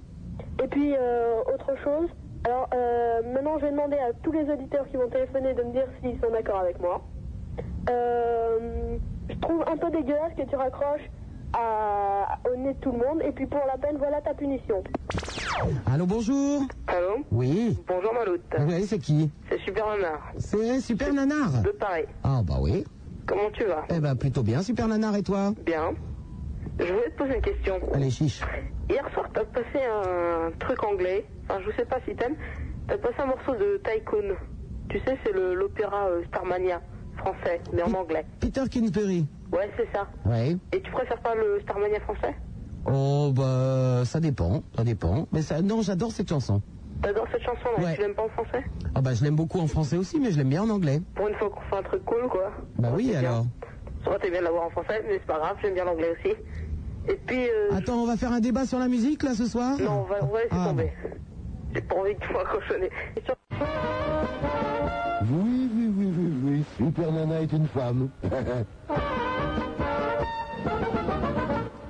Speaker 10: Et puis euh, autre chose, alors euh, maintenant je vais demander à tous les auditeurs qui vont téléphoner de me dire s'ils sont d'accord avec moi. Euh, je trouve un peu dégueulasse que tu raccroches à, au nez de tout le monde et puis pour la peine voilà ta punition.
Speaker 1: Allô, bonjour.
Speaker 7: Allô
Speaker 1: Oui.
Speaker 7: Bonjour Maloute,
Speaker 1: Oui, c'est qui
Speaker 7: c'est Super Nanar,
Speaker 1: C'est Super Nanar.
Speaker 7: de Paris.
Speaker 1: Ah bah oui.
Speaker 7: Comment tu vas
Speaker 1: Eh ben plutôt bien, Super Nanar et toi
Speaker 7: Bien. Je voulais te poser une question.
Speaker 1: Allez, chiche.
Speaker 7: Hier soir, t'as passé un truc anglais, enfin je sais pas si t'aimes, t'as passé un morceau de Tycoon. Tu sais, c'est le- l'opéra euh, Starmania français, mais en anglais.
Speaker 1: Peter Kingsbury.
Speaker 7: Ouais, c'est ça.
Speaker 1: Oui.
Speaker 7: Et tu préfères pas le Starmania français
Speaker 1: Oh bah ça dépend, ça dépend. Mais ça, non, j'adore cette chanson.
Speaker 7: T'adores cette chanson, là
Speaker 1: Ouais.
Speaker 7: tu l'aimes pas en français
Speaker 1: Ah bah je l'aime beaucoup en français aussi, mais je l'aime bien en anglais.
Speaker 7: Pour une fois qu'on fait un truc cool, quoi.
Speaker 1: Bah oui alors.
Speaker 7: Soit t'aimes bien de l'avoir en français, mais c'est pas grave, j'aime bien l'anglais aussi. Et puis, euh,
Speaker 1: Attends, on va faire un débat sur la musique là ce soir
Speaker 7: non, on va, on va laisser
Speaker 1: Ah,
Speaker 7: tomber. J'ai pas envie que tu sois cochonné. Et sur-
Speaker 11: Oui, oui, oui, oui, oui. Super Nana est une femme.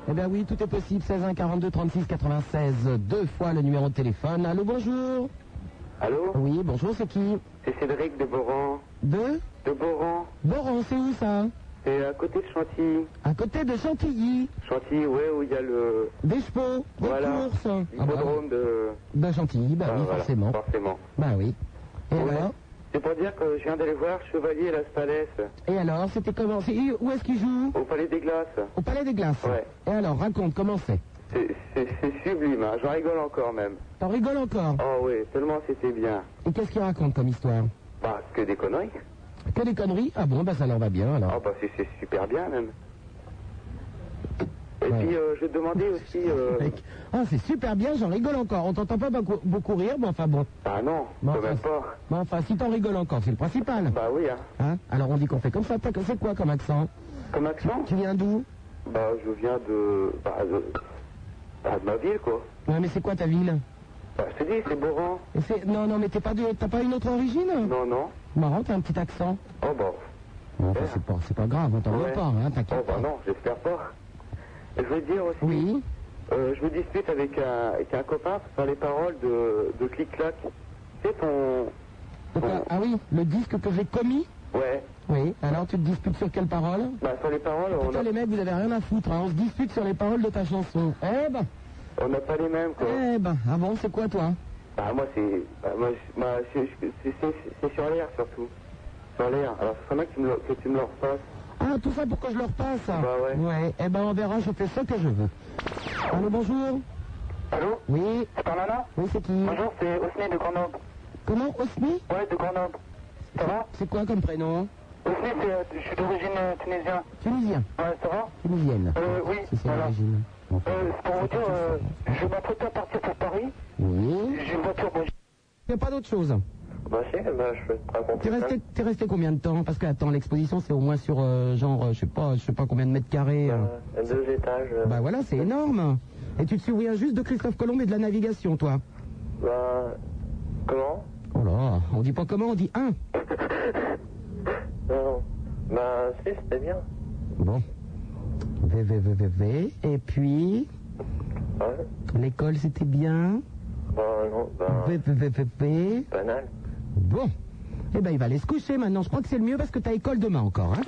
Speaker 1: Eh bien oui, tout est possible. 16 1 42 36 96, deux fois le numéro de téléphone. Allô, bonjour.
Speaker 6: Allô
Speaker 1: Oui, bonjour, c'est qui
Speaker 6: C'est Cédric de Boran.
Speaker 1: De
Speaker 6: De Boran,
Speaker 1: Boron, c'est où ça
Speaker 6: c'est à côté de Chantilly.
Speaker 1: À côté de Chantilly,
Speaker 6: Chantilly, ouais, où il y a le
Speaker 1: des chevaux, des
Speaker 6: Voilà.
Speaker 1: courses. Ah bah,
Speaker 6: hippodrome de.
Speaker 1: de Chantilly, bah
Speaker 6: Ah,
Speaker 1: oui,
Speaker 6: voilà,
Speaker 1: forcément.
Speaker 6: Forcément.
Speaker 1: Bah oui. Et
Speaker 6: Ouais.
Speaker 1: alors
Speaker 6: C'est pour dire que je viens d'aller voir Chevalier et Las Palais
Speaker 1: Et alors, c'était comment C'est- Où est-ce qu'il joue
Speaker 6: au Palais des Glaces.
Speaker 1: Au Palais des Glaces.
Speaker 6: Ouais.
Speaker 1: Et alors, raconte, comment c'est
Speaker 6: C'est c'est- c'est sublime, hein. j'en rigole encore même.
Speaker 1: T'en rigoles encore
Speaker 6: Oh oui, seulement c'était bien.
Speaker 1: Et qu'est-ce qu'il raconte comme histoire
Speaker 6: Bah, que des conneries.
Speaker 1: Que des conneries Ah bon, bah ça leur va bien alors.
Speaker 6: Oh bah c'est- c'est super bien même. Et
Speaker 1: Ouais.
Speaker 6: puis euh, je demandais aussi... euh,
Speaker 1: Mec. Ah, c'est super bien, j'en rigole encore. On t'entend pas beaucoup, beaucoup rire, mais enfin bon.
Speaker 6: Ah non,
Speaker 1: Bon,
Speaker 6: quand même
Speaker 1: enfin,
Speaker 6: pas.
Speaker 1: Mais enfin, si t'en rigoles encore, c'est le principal.
Speaker 6: Bah oui, hein.
Speaker 1: Hein alors on dit qu'on fait comme ça. T'as- C'est quoi comme accent
Speaker 6: Comme accent
Speaker 1: Tu viens d'où
Speaker 6: Bah je viens de... Bah de... bah, de ma ville quoi.
Speaker 1: Ouais, mais c'est quoi ta ville
Speaker 6: Bah je te dis, c'est Boran.
Speaker 1: Et c'est- Non, non, mais t'es pas de- t'as pas une autre origine
Speaker 6: Non, non.
Speaker 1: Marrant, t'as un petit accent.
Speaker 6: Oh bah...
Speaker 1: Bon, enfin, c'est pas, c'est pas grave, on t'en veut
Speaker 6: ouais.
Speaker 1: pas, hein,
Speaker 6: Oh
Speaker 1: t'inquiète.
Speaker 6: bah non, j'espère pas. Je veux dire aussi...
Speaker 1: Oui,
Speaker 6: Euh, je me dispute avec un, avec un copain sur les paroles de, de Clic Clac. C'est ton.
Speaker 1: Donc, ah, ah oui, le disque que j'ai commis
Speaker 6: Ouais.
Speaker 1: Oui, alors tu te disputes sur quelle parole
Speaker 6: Bah, sur les paroles, on
Speaker 1: Putain,
Speaker 6: n'a
Speaker 1: les mecs, vous avez rien à foutre, hein, on se dispute sur les paroles de ta chanson. Eh ben,
Speaker 6: on n'a pas les mêmes, quoi.
Speaker 1: eh ben, ah bon, c'est quoi toi
Speaker 6: Bah, moi, c'est. Bah, moi, je- bah, je- je- c'est- c'est c'est sur l'air, surtout. Sur l'air. Alors, ce serait bien que tu me le, que tu me le repasses.
Speaker 1: Ah, tout ça pour que je leur passe
Speaker 6: Bah ouais.
Speaker 1: Ouais, eh ben on verra, je fais ce que je veux. Allô, bonjour
Speaker 6: Allô
Speaker 1: Oui,
Speaker 6: C'est par Nana
Speaker 1: oui, c'est qui
Speaker 6: Bonjour, c'est Osné de Grenoble.
Speaker 1: Comment, Osmi
Speaker 6: Ouais, de Grenoble. Ça va
Speaker 1: C'est quoi comme prénom
Speaker 6: Osné, je suis d'origine tunisienne.
Speaker 1: Tunisien,
Speaker 6: Ouais, ça va
Speaker 1: tunisienne.
Speaker 6: Euh, oui,
Speaker 1: Si c'est
Speaker 6: voilà. Euh,
Speaker 1: l'origine.
Speaker 6: C'est pour vous dire, euh, je m'apprête à partir pour Paris.
Speaker 1: Oui.
Speaker 6: J'ai une voiture, moi.
Speaker 1: Il n'y a pas d'autre chose
Speaker 6: Bah, si, bah, je vais te raconter.
Speaker 1: T'es resté, t'es resté combien de temps Parce que attends, l'exposition c'est au moins sur euh, genre euh, je sais pas, je sais pas combien de mètres carrés. euh.
Speaker 6: Euh, deux étages. euh,
Speaker 1: Bah voilà, c'est énorme. Et tu te souviens juste de Christophe Colomb et de la navigation, toi
Speaker 6: Bah, comment
Speaker 1: Oh là, on dit pas comment, on dit un.
Speaker 6: Non, non. Bah, si, c'était bien.
Speaker 1: Bon. V, v, v, v, v. Et puis,
Speaker 6: Ouais.
Speaker 1: l'école c'était bien.
Speaker 6: Bah, non, bah,
Speaker 1: V, v, v, v, v.
Speaker 6: banal.
Speaker 1: Bon. Eh ben il va aller se coucher maintenant. Je crois que c'est le mieux parce que t'as école demain encore. Hein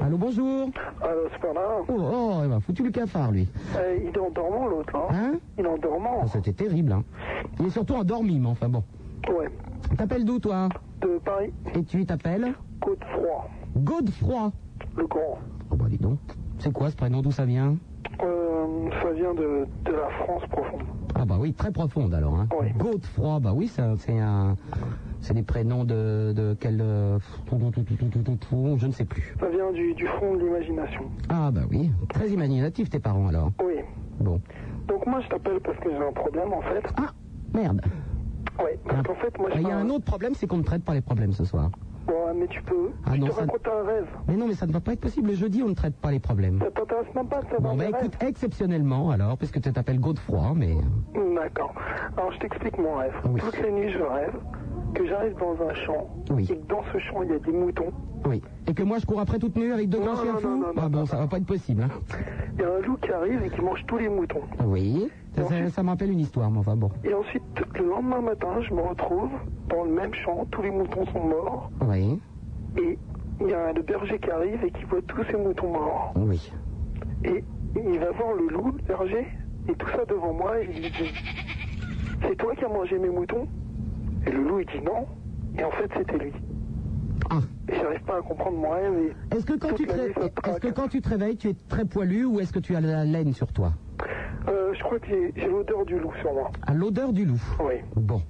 Speaker 1: Allô, bonjour.
Speaker 9: Alors, Ah, euh, c'est pas là.
Speaker 1: Oh, oh, il m'a foutu le cafard lui.
Speaker 9: Euh, il est en dormant, l'autre, là.
Speaker 1: Hein
Speaker 9: Il est en dormant.
Speaker 1: Ah, C'était terrible. Hein. Il est surtout endormi, mais enfin bon.
Speaker 9: Ouais.
Speaker 1: T'appelles d'où toi
Speaker 9: De Paris,
Speaker 1: Et tu t'appelles
Speaker 9: Côte-Froid.
Speaker 1: Godefroy.
Speaker 7: Le grand.
Speaker 1: Oh bah dis donc. C'est quoi ce prénom D'où ça vient
Speaker 7: Euh, ça vient de, de la France profonde.
Speaker 1: Ah bah oui, très profonde alors. Hein. Godefroy, bah oui, ça, c'est un... C'est des prénoms de, de quel... euh, Je ne sais plus.
Speaker 7: Ça vient du, du fond de l'imagination.
Speaker 1: Ah bah oui, très imaginatif tes parents alors.
Speaker 7: Oui.
Speaker 1: Bon.
Speaker 7: Donc moi je t'appelle parce que j'ai un problème en fait.
Speaker 1: Ah Merde.
Speaker 7: Ouais, parce qu'en fait moi
Speaker 1: Il
Speaker 7: je.
Speaker 1: Ah, y a
Speaker 7: parle-
Speaker 1: un autre problème, c'est qu'on ne traite pas les problèmes ce soir.
Speaker 7: Ouais, mais tu peux.
Speaker 1: Ah
Speaker 7: je
Speaker 1: non,
Speaker 7: te
Speaker 1: ça-
Speaker 7: raconte un rêve.
Speaker 1: Mais non, mais ça ne va pas être possible. Le jeudi, on ne traite pas les problèmes.
Speaker 7: Ça t'intéresse même pas de savoir
Speaker 1: Bon bah
Speaker 7: mes
Speaker 1: écoute, exceptionnellement alors, puisque tu t'appelles Godefroy, mais... euh,
Speaker 7: rêves. Hmm, D'accord. Alors je t'explique mon rêve.
Speaker 1: Ah Oui.
Speaker 7: Toutes les nuits je rêve que j'arrive dans un champ
Speaker 1: Oui.
Speaker 7: et que dans ce champ il y a des moutons.
Speaker 1: Oui. Et que moi je cours après toute nue avec deux grands chiens
Speaker 7: non,
Speaker 1: fous
Speaker 7: non, non,
Speaker 1: Ah bon, ça va pas être possible. hein.
Speaker 7: Il y a un loup qui arrive et qui mange tous les moutons.
Speaker 1: Oui. Ça, ça- ça me rappelle une histoire, mais enfin bon.
Speaker 7: Et ensuite, le lendemain matin, je me retrouve dans le même champ, tous les moutons sont morts,
Speaker 1: Oui.
Speaker 7: et il y a le berger qui arrive et qui voit tous ces moutons morts.
Speaker 1: Oui.
Speaker 7: Et il va voir le loup, le berger, et tout ça devant moi, et il lui dit C'est toi qui as mangé mes moutons Et le loup, il dit non, et en fait, c'était lui.
Speaker 1: Ah.
Speaker 7: Et j'arrive pas à comprendre mon rêve, et
Speaker 1: Est-ce que quand
Speaker 7: Toute
Speaker 1: tu te
Speaker 7: la
Speaker 1: ré-
Speaker 7: nuit, ça craque.
Speaker 1: est-ce que quand tu te réveilles, tu es très poilu ou est-ce que tu as la laine sur toi
Speaker 7: euh, je crois que j'ai- j'ai l'odeur du loup sur moi.
Speaker 1: À l'odeur du loup.
Speaker 7: Oui.
Speaker 1: Bon.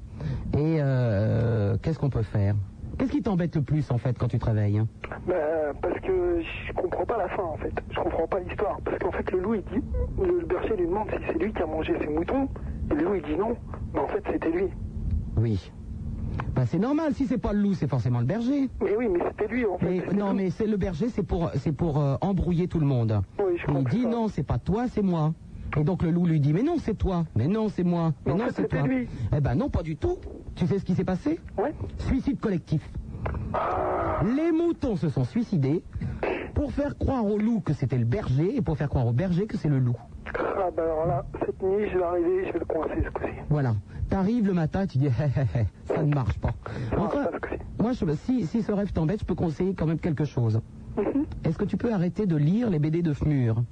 Speaker 1: Et euh, qu'est-ce qu'on peut faire Qu'est-ce qui t'embête le plus en fait quand tu te réveilles hein
Speaker 7: Bah, parce que je comprends pas la fin en fait. Je comprends pas l'histoire. Parce qu'en fait, le loup il dit, le berger lui demande si c'est lui qui a mangé ses moutons. Et le loup il dit non. Mais en fait, c'était lui.
Speaker 1: Oui. Bah, c'est normal. Si c'est pas le loup, c'est forcément le berger.
Speaker 7: Mais oui, mais c'était lui en fait.
Speaker 1: Mais-
Speaker 7: C'était
Speaker 1: non,
Speaker 7: lui.
Speaker 1: mais c'est le berger, c'est pour c'est pour euh, embrouiller tout le monde.
Speaker 7: Oui, je
Speaker 1: Il
Speaker 7: comprends.
Speaker 1: dit non, c'est pas toi, c'est moi. Et donc le loup lui dit mais non, c'est toi. Mais non, c'est moi. Mais
Speaker 7: En
Speaker 1: non,
Speaker 7: fait,
Speaker 1: c'est
Speaker 7: c'était
Speaker 1: toi.
Speaker 7: lui.
Speaker 1: Eh ben non, pas du tout. Tu sais ce qui s'est passé
Speaker 7: Ouais.
Speaker 1: Suicide collectif. Les moutons se sont suicidés pour faire croire au loup que c'était le berger et pour faire croire au berger que c'est le loup.
Speaker 7: Ah bah alors là, cette nuit, je vais arriver, je vais le coincer ce coup-ci.
Speaker 1: Voilà. T'arrives le matin, tu dis, Hé, hé, hé, ça ne marche pas.
Speaker 7: Ah,
Speaker 1: Enfin, moi, je, si, si ce rêve t'embête, je peux conseiller quand même quelque chose. Est-ce que tu peux arrêter de lire les BD de Fmur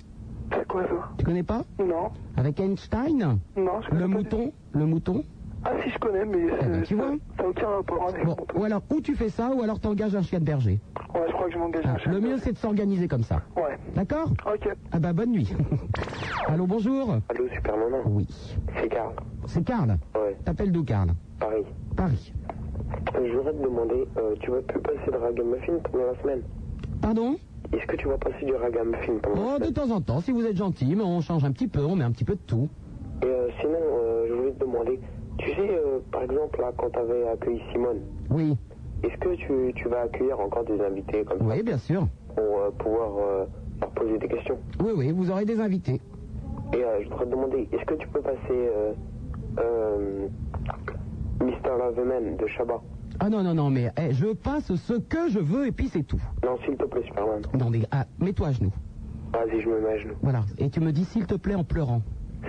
Speaker 7: C'est quoi ça
Speaker 1: Tu connais pas
Speaker 7: Non,
Speaker 1: Avec Einstein
Speaker 7: non, je
Speaker 1: Le
Speaker 7: connais pas.
Speaker 1: mouton Le mouton
Speaker 7: Ah si, je connais, mais
Speaker 1: Eh ben,
Speaker 7: c'est-
Speaker 1: tu vois.
Speaker 7: ça n'a aucun rapport avec
Speaker 1: Bon,
Speaker 7: mon truc.
Speaker 1: ou alors, ou tu fais ça, ou alors t'engages un chien de berger. Ah,
Speaker 7: Ouais, je crois que je m'engage à
Speaker 1: Le mieux, c'est de s'organiser comme ça.
Speaker 7: Ouais.
Speaker 1: D'accord
Speaker 7: Ok.
Speaker 1: Ah bah, bonne nuit. Allô, bonjour
Speaker 6: Allô, Super Nana
Speaker 1: Oui.
Speaker 6: C'est Karl.
Speaker 1: C'est Karl
Speaker 6: Ouais,
Speaker 1: T'appelles d'où, Karl
Speaker 6: Paris.
Speaker 1: Paris.
Speaker 6: Je voudrais te demander, euh, tu vas plus passer de ragamuffin pendant la semaine
Speaker 1: Pardon
Speaker 6: Est-ce que tu vas passer du ragamuffin pendant la
Speaker 1: Oh, de
Speaker 6: semaine
Speaker 1: temps en temps, si vous êtes gentil, mais on change un petit peu, on met un petit peu de tout.
Speaker 6: Et euh, sinon, euh, je voulais te demander, tu sais, euh, par exemple, là, quand t'avais accueilli Simone,
Speaker 1: Oui.
Speaker 6: est-ce que tu, tu vas accueillir encore des invités comme
Speaker 1: Oui, bien sûr.
Speaker 6: ça pour euh, pouvoir euh, leur poser des questions
Speaker 1: Oui, oui, vous aurez des invités.
Speaker 6: Et euh, je voudrais te demander, est-ce que tu peux passer euh, euh, Mister Loveman de Shabba
Speaker 1: Ah non, non, non, mais eh, je passe ce que je veux et puis c'est tout.
Speaker 6: Non, s'il te plaît, Superman.
Speaker 1: Non, mais ah, mets-toi à genoux.
Speaker 6: Vas-y, je me mets à genoux.
Speaker 1: Voilà. Et tu me dis s'il te plaît en pleurant.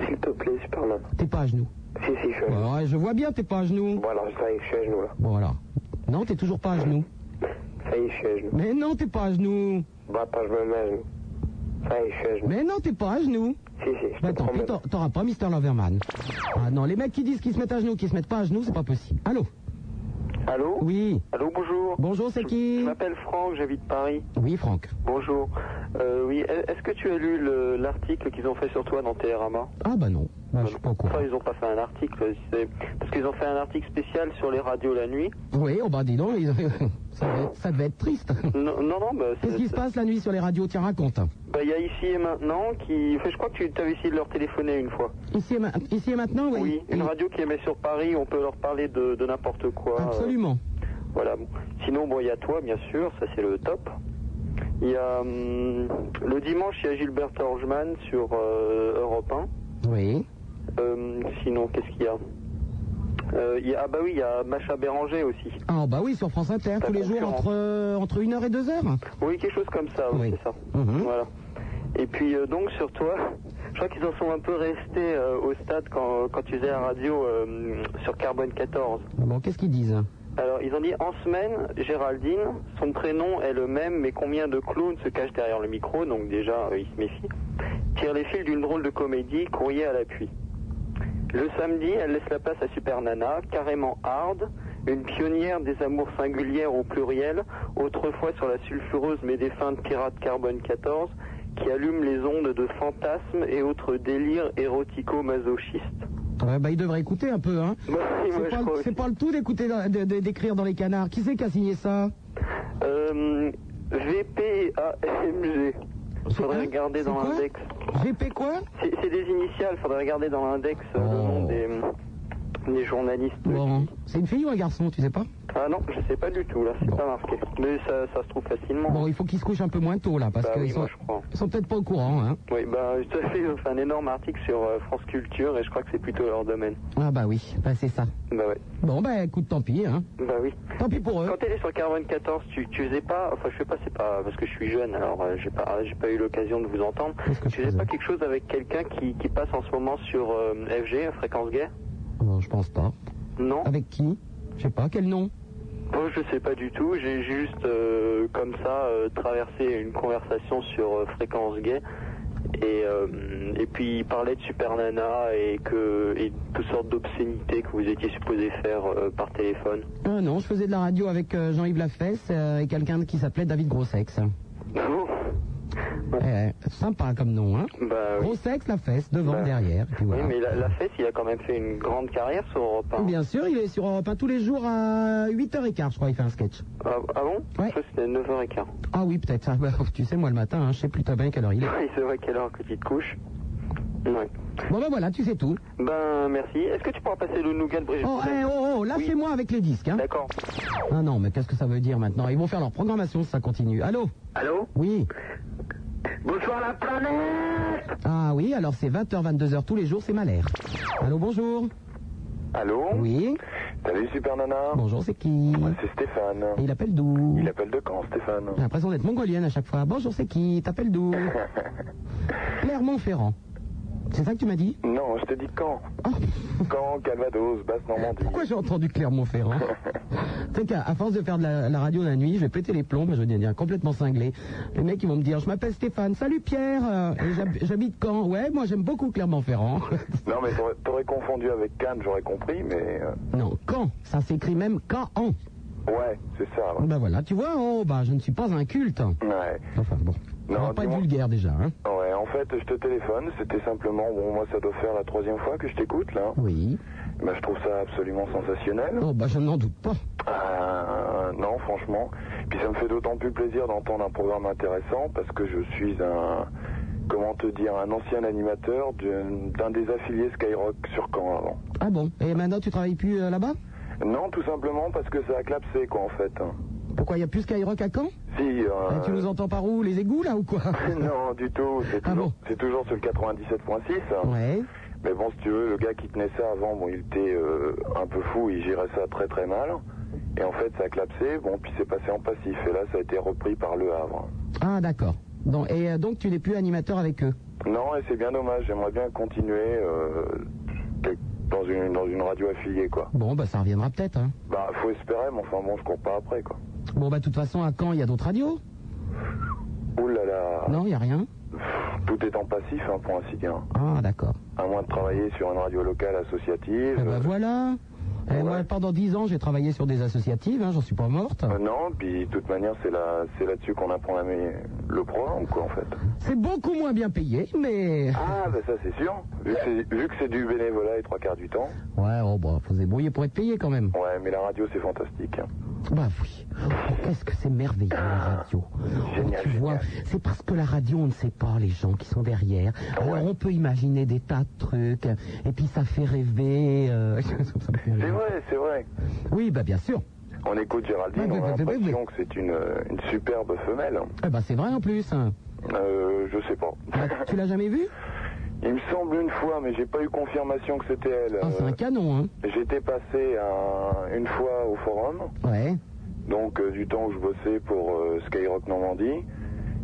Speaker 6: S'il te plaît, Superman.
Speaker 1: T'es pas à genoux. Bah
Speaker 6: Si, si, je suis à genoux.
Speaker 1: Ouais, je vois bien, t'es pas à genoux.
Speaker 6: Bon, alors, ça y est, je suis à genoux, là.
Speaker 1: Bon, voilà. Non, t'es toujours pas à genoux.
Speaker 6: Ça y est, je suis à genoux.
Speaker 1: Mais non, t'es pas à genoux.
Speaker 6: Bon, attends, je me mets à genoux. Ça y est, je suis à genoux.
Speaker 1: Mais non, t'es pas à genoux.
Speaker 6: Si, si, je
Speaker 1: Bah,
Speaker 6: te
Speaker 1: tant pis,
Speaker 6: promets.
Speaker 1: t'a- t'auras pas Mister Loverman. Ah non, les mecs qui disent qu'ils se mettent à genoux, qui se mettent pas à genoux, c'est pas possible. Allô
Speaker 7: Allô
Speaker 1: Oui.
Speaker 7: Allô, bonjour.
Speaker 1: Bonjour, c'est qui
Speaker 7: m'appelle Franck, j'habite Paris.
Speaker 1: Oui, Franck.
Speaker 7: Bonjour. Euh, oui, est-ce que tu as lu le- l'article qu'ils ont fait sur toi dans Télérama
Speaker 1: Ah bah non, Bah, je suis pas au courant.
Speaker 7: Enfin, ils ont pas fait un article, c'est parce qu'ils ont fait un article spécial sur les radios la nuit.
Speaker 1: Oui, oh bah dis donc, ils- ça, devait être, ça devait être triste.
Speaker 7: Non, non, non, bah, c'est-
Speaker 1: Qu'est-ce qui se passe la nuit sur les radios Tiens, raconte.
Speaker 7: bah, il y a ici et maintenant qui, enfin, je crois que tu avais essayé de leur téléphoner une fois.
Speaker 1: Ici et, ma- ici et maintenant, oui.
Speaker 7: Oui, une radio qui émet sur Paris, on peut leur parler de, de n'importe quoi.
Speaker 1: Absolument.
Speaker 7: Euh, voilà. bon. Sinon, bon, il y a toi, bien sûr, ça c'est le top. Il y a hum, le dimanche, il y a Gilbert Orgeman sur euh, Europe 1.
Speaker 1: Oui.
Speaker 7: Euh, sinon, qu'est-ce qu'il y a Euh, il y a- Ah bah oui, il y a Macha Béranger aussi.
Speaker 1: Ah bah oui, sur France Inter, tous les jours
Speaker 7: concurrence.
Speaker 1: entre, euh, entre 1h et 2h.
Speaker 7: Oui, quelque chose comme ça, Ah oui,
Speaker 1: Oui.
Speaker 7: c'est ça.
Speaker 1: Mhm.
Speaker 7: Voilà. Et puis euh, donc sur toi, je crois qu'ils en sont un peu restés euh, au stade quand, quand tu faisais la radio euh, sur Carbone 14.
Speaker 1: Ah Bon, qu'est-ce qu'ils disent
Speaker 7: Alors ils ont dit en semaine, Géraldine, son prénom est le même, mais combien de clowns se cachent derrière le micro, donc déjà euh, ils se méfient, tire les fils d'une drôle de comédie, courrier à l'appui. Le samedi, elle laisse la place à Super Nana, carrément hard, une pionnière des amours singulières au pluriel, autrefois sur la sulfureuse mais défunte pirate Carbone 14, qui allume les ondes de fantasmes et autres délires érotico-masochistes.
Speaker 1: Ouais, bah, il devrait écouter un peu, hein.
Speaker 7: Bah, oui,
Speaker 1: C'est
Speaker 7: moi, je
Speaker 1: pas,
Speaker 7: crois aussi.
Speaker 1: c'est pas le tout d'écouter, dans- de- de- d'écrire dans les canards. Qui c'est qui a signé ça
Speaker 7: Euh, VPAMG.
Speaker 1: Hein?
Speaker 7: Faudrait regarder dans l'index.
Speaker 1: GP quoi
Speaker 7: C'est c'est des initiales, faudrait regarder dans l'index euh, le nom euh, des, des journalistes.
Speaker 1: Oh. Bon, c'est une fille ou un garçon, tu sais pas
Speaker 7: Ah non, je sais pas du tout, là, c'est pas marqué. Mais ça, ça se trouve facilement.
Speaker 1: Bon, il faut qu'ils se couchent un peu moins tôt, là, parce
Speaker 7: Bah
Speaker 1: qu'ils
Speaker 7: oui,
Speaker 1: sont,
Speaker 7: moi, je crois.
Speaker 1: ils sont peut-être pas au courant, hein.
Speaker 7: Oui, bah, tout à fait, ils ont fait un énorme article sur euh, France Culture et je crois que c'est plutôt leur domaine.
Speaker 1: Ah bah oui, bah c'est ça.
Speaker 7: Bah ouais.
Speaker 1: Bon, bah écoute, tant pis, hein.
Speaker 7: Bah oui.
Speaker 1: Tant pis pour eux.
Speaker 7: Quand elle est sur 44, tu, tu faisais pas, enfin je sais pas, c'est pas parce que je suis jeune, alors euh, j'ai pas, j'ai pas eu l'occasion de vous entendre. Tu faisais pas quelque chose avec quelqu'un qui, qui passe en ce moment sur euh, FG, fréquence gay
Speaker 1: Non, je pense pas.
Speaker 7: Non.
Speaker 1: Avec qui Je sais pas, quel nom
Speaker 7: Moi je sais pas du tout, j'ai juste euh, comme ça euh, traversé une conversation sur euh, fréquence gay. Et, euh, et puis il parlait de Super Nana et que et de toutes sortes d'obscénités que vous étiez supposé faire euh, par téléphone.
Speaker 1: Ah non, je faisais de la radio avec euh, Jean-Yves Lafesse euh, et quelqu'un qui s'appelait David Grossex. Eh, sympa comme nom, hein
Speaker 7: Bah, oui.
Speaker 1: Grossex, Lafesse, devant,
Speaker 7: Bah,
Speaker 1: derrière, et puis voilà. Eh
Speaker 7: Oui, mais la, la fesse, il a quand même fait une grande carrière sur Europe 1.
Speaker 1: Bien sûr, il est sur Europe 1 tous les jours à 8h15, je crois, il fait un sketch.
Speaker 7: Ah, ah bon Je crois que c'était 9h15.
Speaker 1: Ah oui, peut-être. Ah bah, tu sais, moi, le matin, hein, je sais plus très bien quelle heure il est.
Speaker 7: Oui, c'est vrai, quelle heure que tu te couches Ouais.
Speaker 1: Bon, ben voilà, tu sais tout.
Speaker 7: Ben, merci. Est-ce que tu pourras passer le nougat de Brigitte
Speaker 1: Oh,
Speaker 7: Bardot
Speaker 1: eh, oh, oh, lâchez-moi avec les disques, hein.
Speaker 7: D'accord.
Speaker 1: Ah non, mais qu'est-ce que ça veut dire maintenant Ils vont faire leur programmation si ça continue. Allô
Speaker 12: Allô
Speaker 1: Oui.
Speaker 12: Bonsoir la planète
Speaker 1: Ah oui, alors c'est 20h, 22h tous les jours, c'est Malher. Allô, bonjour.
Speaker 12: Allô
Speaker 1: Oui
Speaker 12: Salut Super Nana
Speaker 1: Bonjour, c'est qui
Speaker 12: Moi, C'est Stéphane.
Speaker 1: Et il appelle d'où
Speaker 12: Il appelle de quand Stéphane
Speaker 1: J'ai l'impression d'être mongolienne à chaque fois. Bonjour, c'est qui T'appelles d'où Clermont-Ferrand. C'est ça que tu m'as dit
Speaker 12: Non, je te dis quand Quand Calvados, Basse-Normandie.
Speaker 1: Ah. Pourquoi j'ai entendu Clermont-Ferrand Tu sais qu'à à force de faire de la, la radio la nuit, je vais péter les plombs, je vais devenir complètement cinglé. Les mecs, ils vont me dire, je m'appelle Stéphane, salut Pierre, euh, et j'hab- j'habite Caen. Ouais, moi j'aime beaucoup Clermont-Ferrand.
Speaker 12: Non, mais t'aurais- t'aurais confondu avec Cannes, j'aurais compris, mais. euh,
Speaker 1: non, Caen, ça s'écrit même Caen.
Speaker 12: Ouais, c'est ça. ouais.
Speaker 1: Ben voilà, tu vois, oh, bah, je ne suis pas un culte.
Speaker 12: Ouais.
Speaker 1: Enfin bon, on va pas être vulgaire déjà. Hein.
Speaker 12: Ouais, en fait, je te téléphone, c'était simplement, bon, moi, ça doit faire la troisième fois que je t'écoute, là.
Speaker 1: Oui.
Speaker 12: Bah, je trouve ça absolument sensationnel.
Speaker 1: Oh, bah je n'en doute pas.
Speaker 12: Euh, non, franchement. Puis ça me fait d'autant plus plaisir d'entendre un programme intéressant parce que je suis un, comment te dire, un ancien animateur d'une- d'un des affiliés Skyrock sur Caen avant.
Speaker 1: Ah bon, et maintenant tu travailles plus euh, là-bas
Speaker 12: Non, tout simplement parce que ça a clapsé, quoi, en fait.
Speaker 1: Pourquoi il y a plus Skyrock à Caen
Speaker 12: Si, euh,
Speaker 1: Eh, Tu nous entends par où Les égouts là ou quoi
Speaker 12: non, du tout. C'est toujours, c'est toujours sur le 97.6.
Speaker 1: Ouais.
Speaker 12: Mais bon, si tu veux, le gars qui tenait ça avant, bon, il était euh, un peu fou, il gérait ça très très mal. Et en fait, ça a clapsé, bon, puis c'est passé en passif. Et là, ça a été repris par Le Havre.
Speaker 1: Ah d'accord. Bon, et euh, donc tu n'es plus animateur avec eux
Speaker 12: Non, et c'est bien dommage. J'aimerais bien continuer euh, quelque- dans, une, dans une radio affiliée, quoi.
Speaker 1: Bon, bah ça reviendra peut-être. Hein.
Speaker 12: Bah, faut espérer, mais enfin bon, je cours pas après, quoi.
Speaker 1: Bon, bah de toute façon, à Caen, il y a d'autres radios
Speaker 12: Ouh là là,
Speaker 1: Non, il n'y a rien
Speaker 12: tout est en passif, hein, pour ainsi dire.
Speaker 1: Ah, d'accord.
Speaker 12: À moins de travailler sur une radio locale associative.
Speaker 1: Eh ben voilà. Eh, moi, pendant dix ans, j'ai travaillé sur des associatives, hein, j'en suis pas morte.
Speaker 12: Euh, non, puis de toute manière, c'est là, c'est là-dessus qu'on apprend la mé- le programme, quoi, en fait.
Speaker 1: C'est beaucoup moins bien payé, mais...
Speaker 12: Ah, bah ça, c'est sûr. Vu que c'est, vu que c'est du bénévolat et trois quarts du temps.
Speaker 1: Ouais, oh, bah, faut se débrouiller pour être payé quand même.
Speaker 12: Ouais, mais la radio, c'est fantastique. hein.
Speaker 1: Bah oui. Oh, Qu'est-ce que c'est merveilleux la
Speaker 12: Ah,
Speaker 1: radio. Oh, tu vois, c'est parce que la radio, on ne sait pas les gens qui sont derrière.
Speaker 12: Ah
Speaker 1: Alors on peut imaginer des tas de trucs, et puis ça fait rêver. euh, ça me fait
Speaker 12: C'est
Speaker 1: rire.
Speaker 12: vrai, c'est vrai.
Speaker 1: Oui, bah bien sûr.
Speaker 12: On écoute Géraldine, on a l'impression que c'est une, une superbe femelle.
Speaker 1: Eh ben c'est vrai en plus. hein. Bah,
Speaker 12: Euh, je sais pas.
Speaker 1: Tu l'as jamais vue
Speaker 12: Euh, Il me semble une fois, mais j'ai pas eu confirmation que c'était elle.
Speaker 1: Ah, c'est un canon, hein.
Speaker 12: Euh, J'étais passé un- une fois au forum,
Speaker 1: Ouais.
Speaker 12: donc euh, du temps où je bossais pour euh, Skyrock Normandie.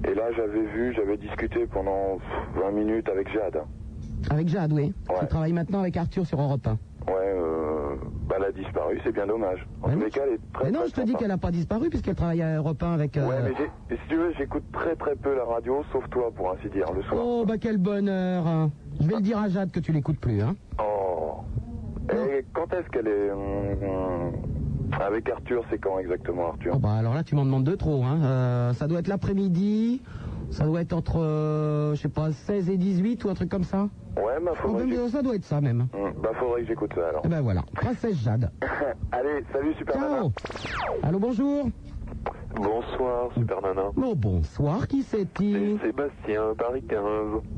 Speaker 12: Et là, j'avais vu, j'avais discuté pendant pff, 20 minutes avec Jade.
Speaker 1: Avec Jade, oui.
Speaker 12: Ouais.
Speaker 1: Tu travailles maintenant avec Arthur sur Europe 1.
Speaker 12: Ouais, euh, bah, elle a disparu, c'est bien dommage. En tous les cas, elle est très
Speaker 1: Mais non,
Speaker 12: très
Speaker 1: je te dis
Speaker 12: sympa.
Speaker 1: qu'elle n'a pas disparu puisqu'elle travaille à Europe 1 avec... euh,
Speaker 12: Ouais, mais j'ai- si tu veux, j'écoute très très peu la radio, sauf toi, pour ainsi dire, le soir.
Speaker 1: Oh, bah quel bonheur. hein. Je vais le dire à Jade que tu l'écoutes plus, hein.
Speaker 12: Oh. Et quand est-ce qu'elle est, hum, hum, Avec Arthur, c'est quand exactement, Arthur
Speaker 1: Oh, bah, alors là, tu m'en demandes de trop. Hein. Euh, ça doit être l'après-midi. Ça doit être entre, euh, je sais pas, 16 et 18 ou un truc comme ça.
Speaker 12: Ouais, bah,
Speaker 1: Oh,
Speaker 12: faudrait que
Speaker 1: même,
Speaker 12: j'écoute-
Speaker 1: ça doit être ça même.
Speaker 12: Hmm, bah, faudrait que j'écoute ça, alors.
Speaker 1: Eh ben voilà, Princesse Jade.
Speaker 12: Allez, salut, Super Nana.
Speaker 1: Allô, bonjour.
Speaker 12: Bonsoir, Super Nana.
Speaker 1: Bon, bonsoir, qui c'est-il
Speaker 12: Sébastien, Paris 15.
Speaker 1: Mmh.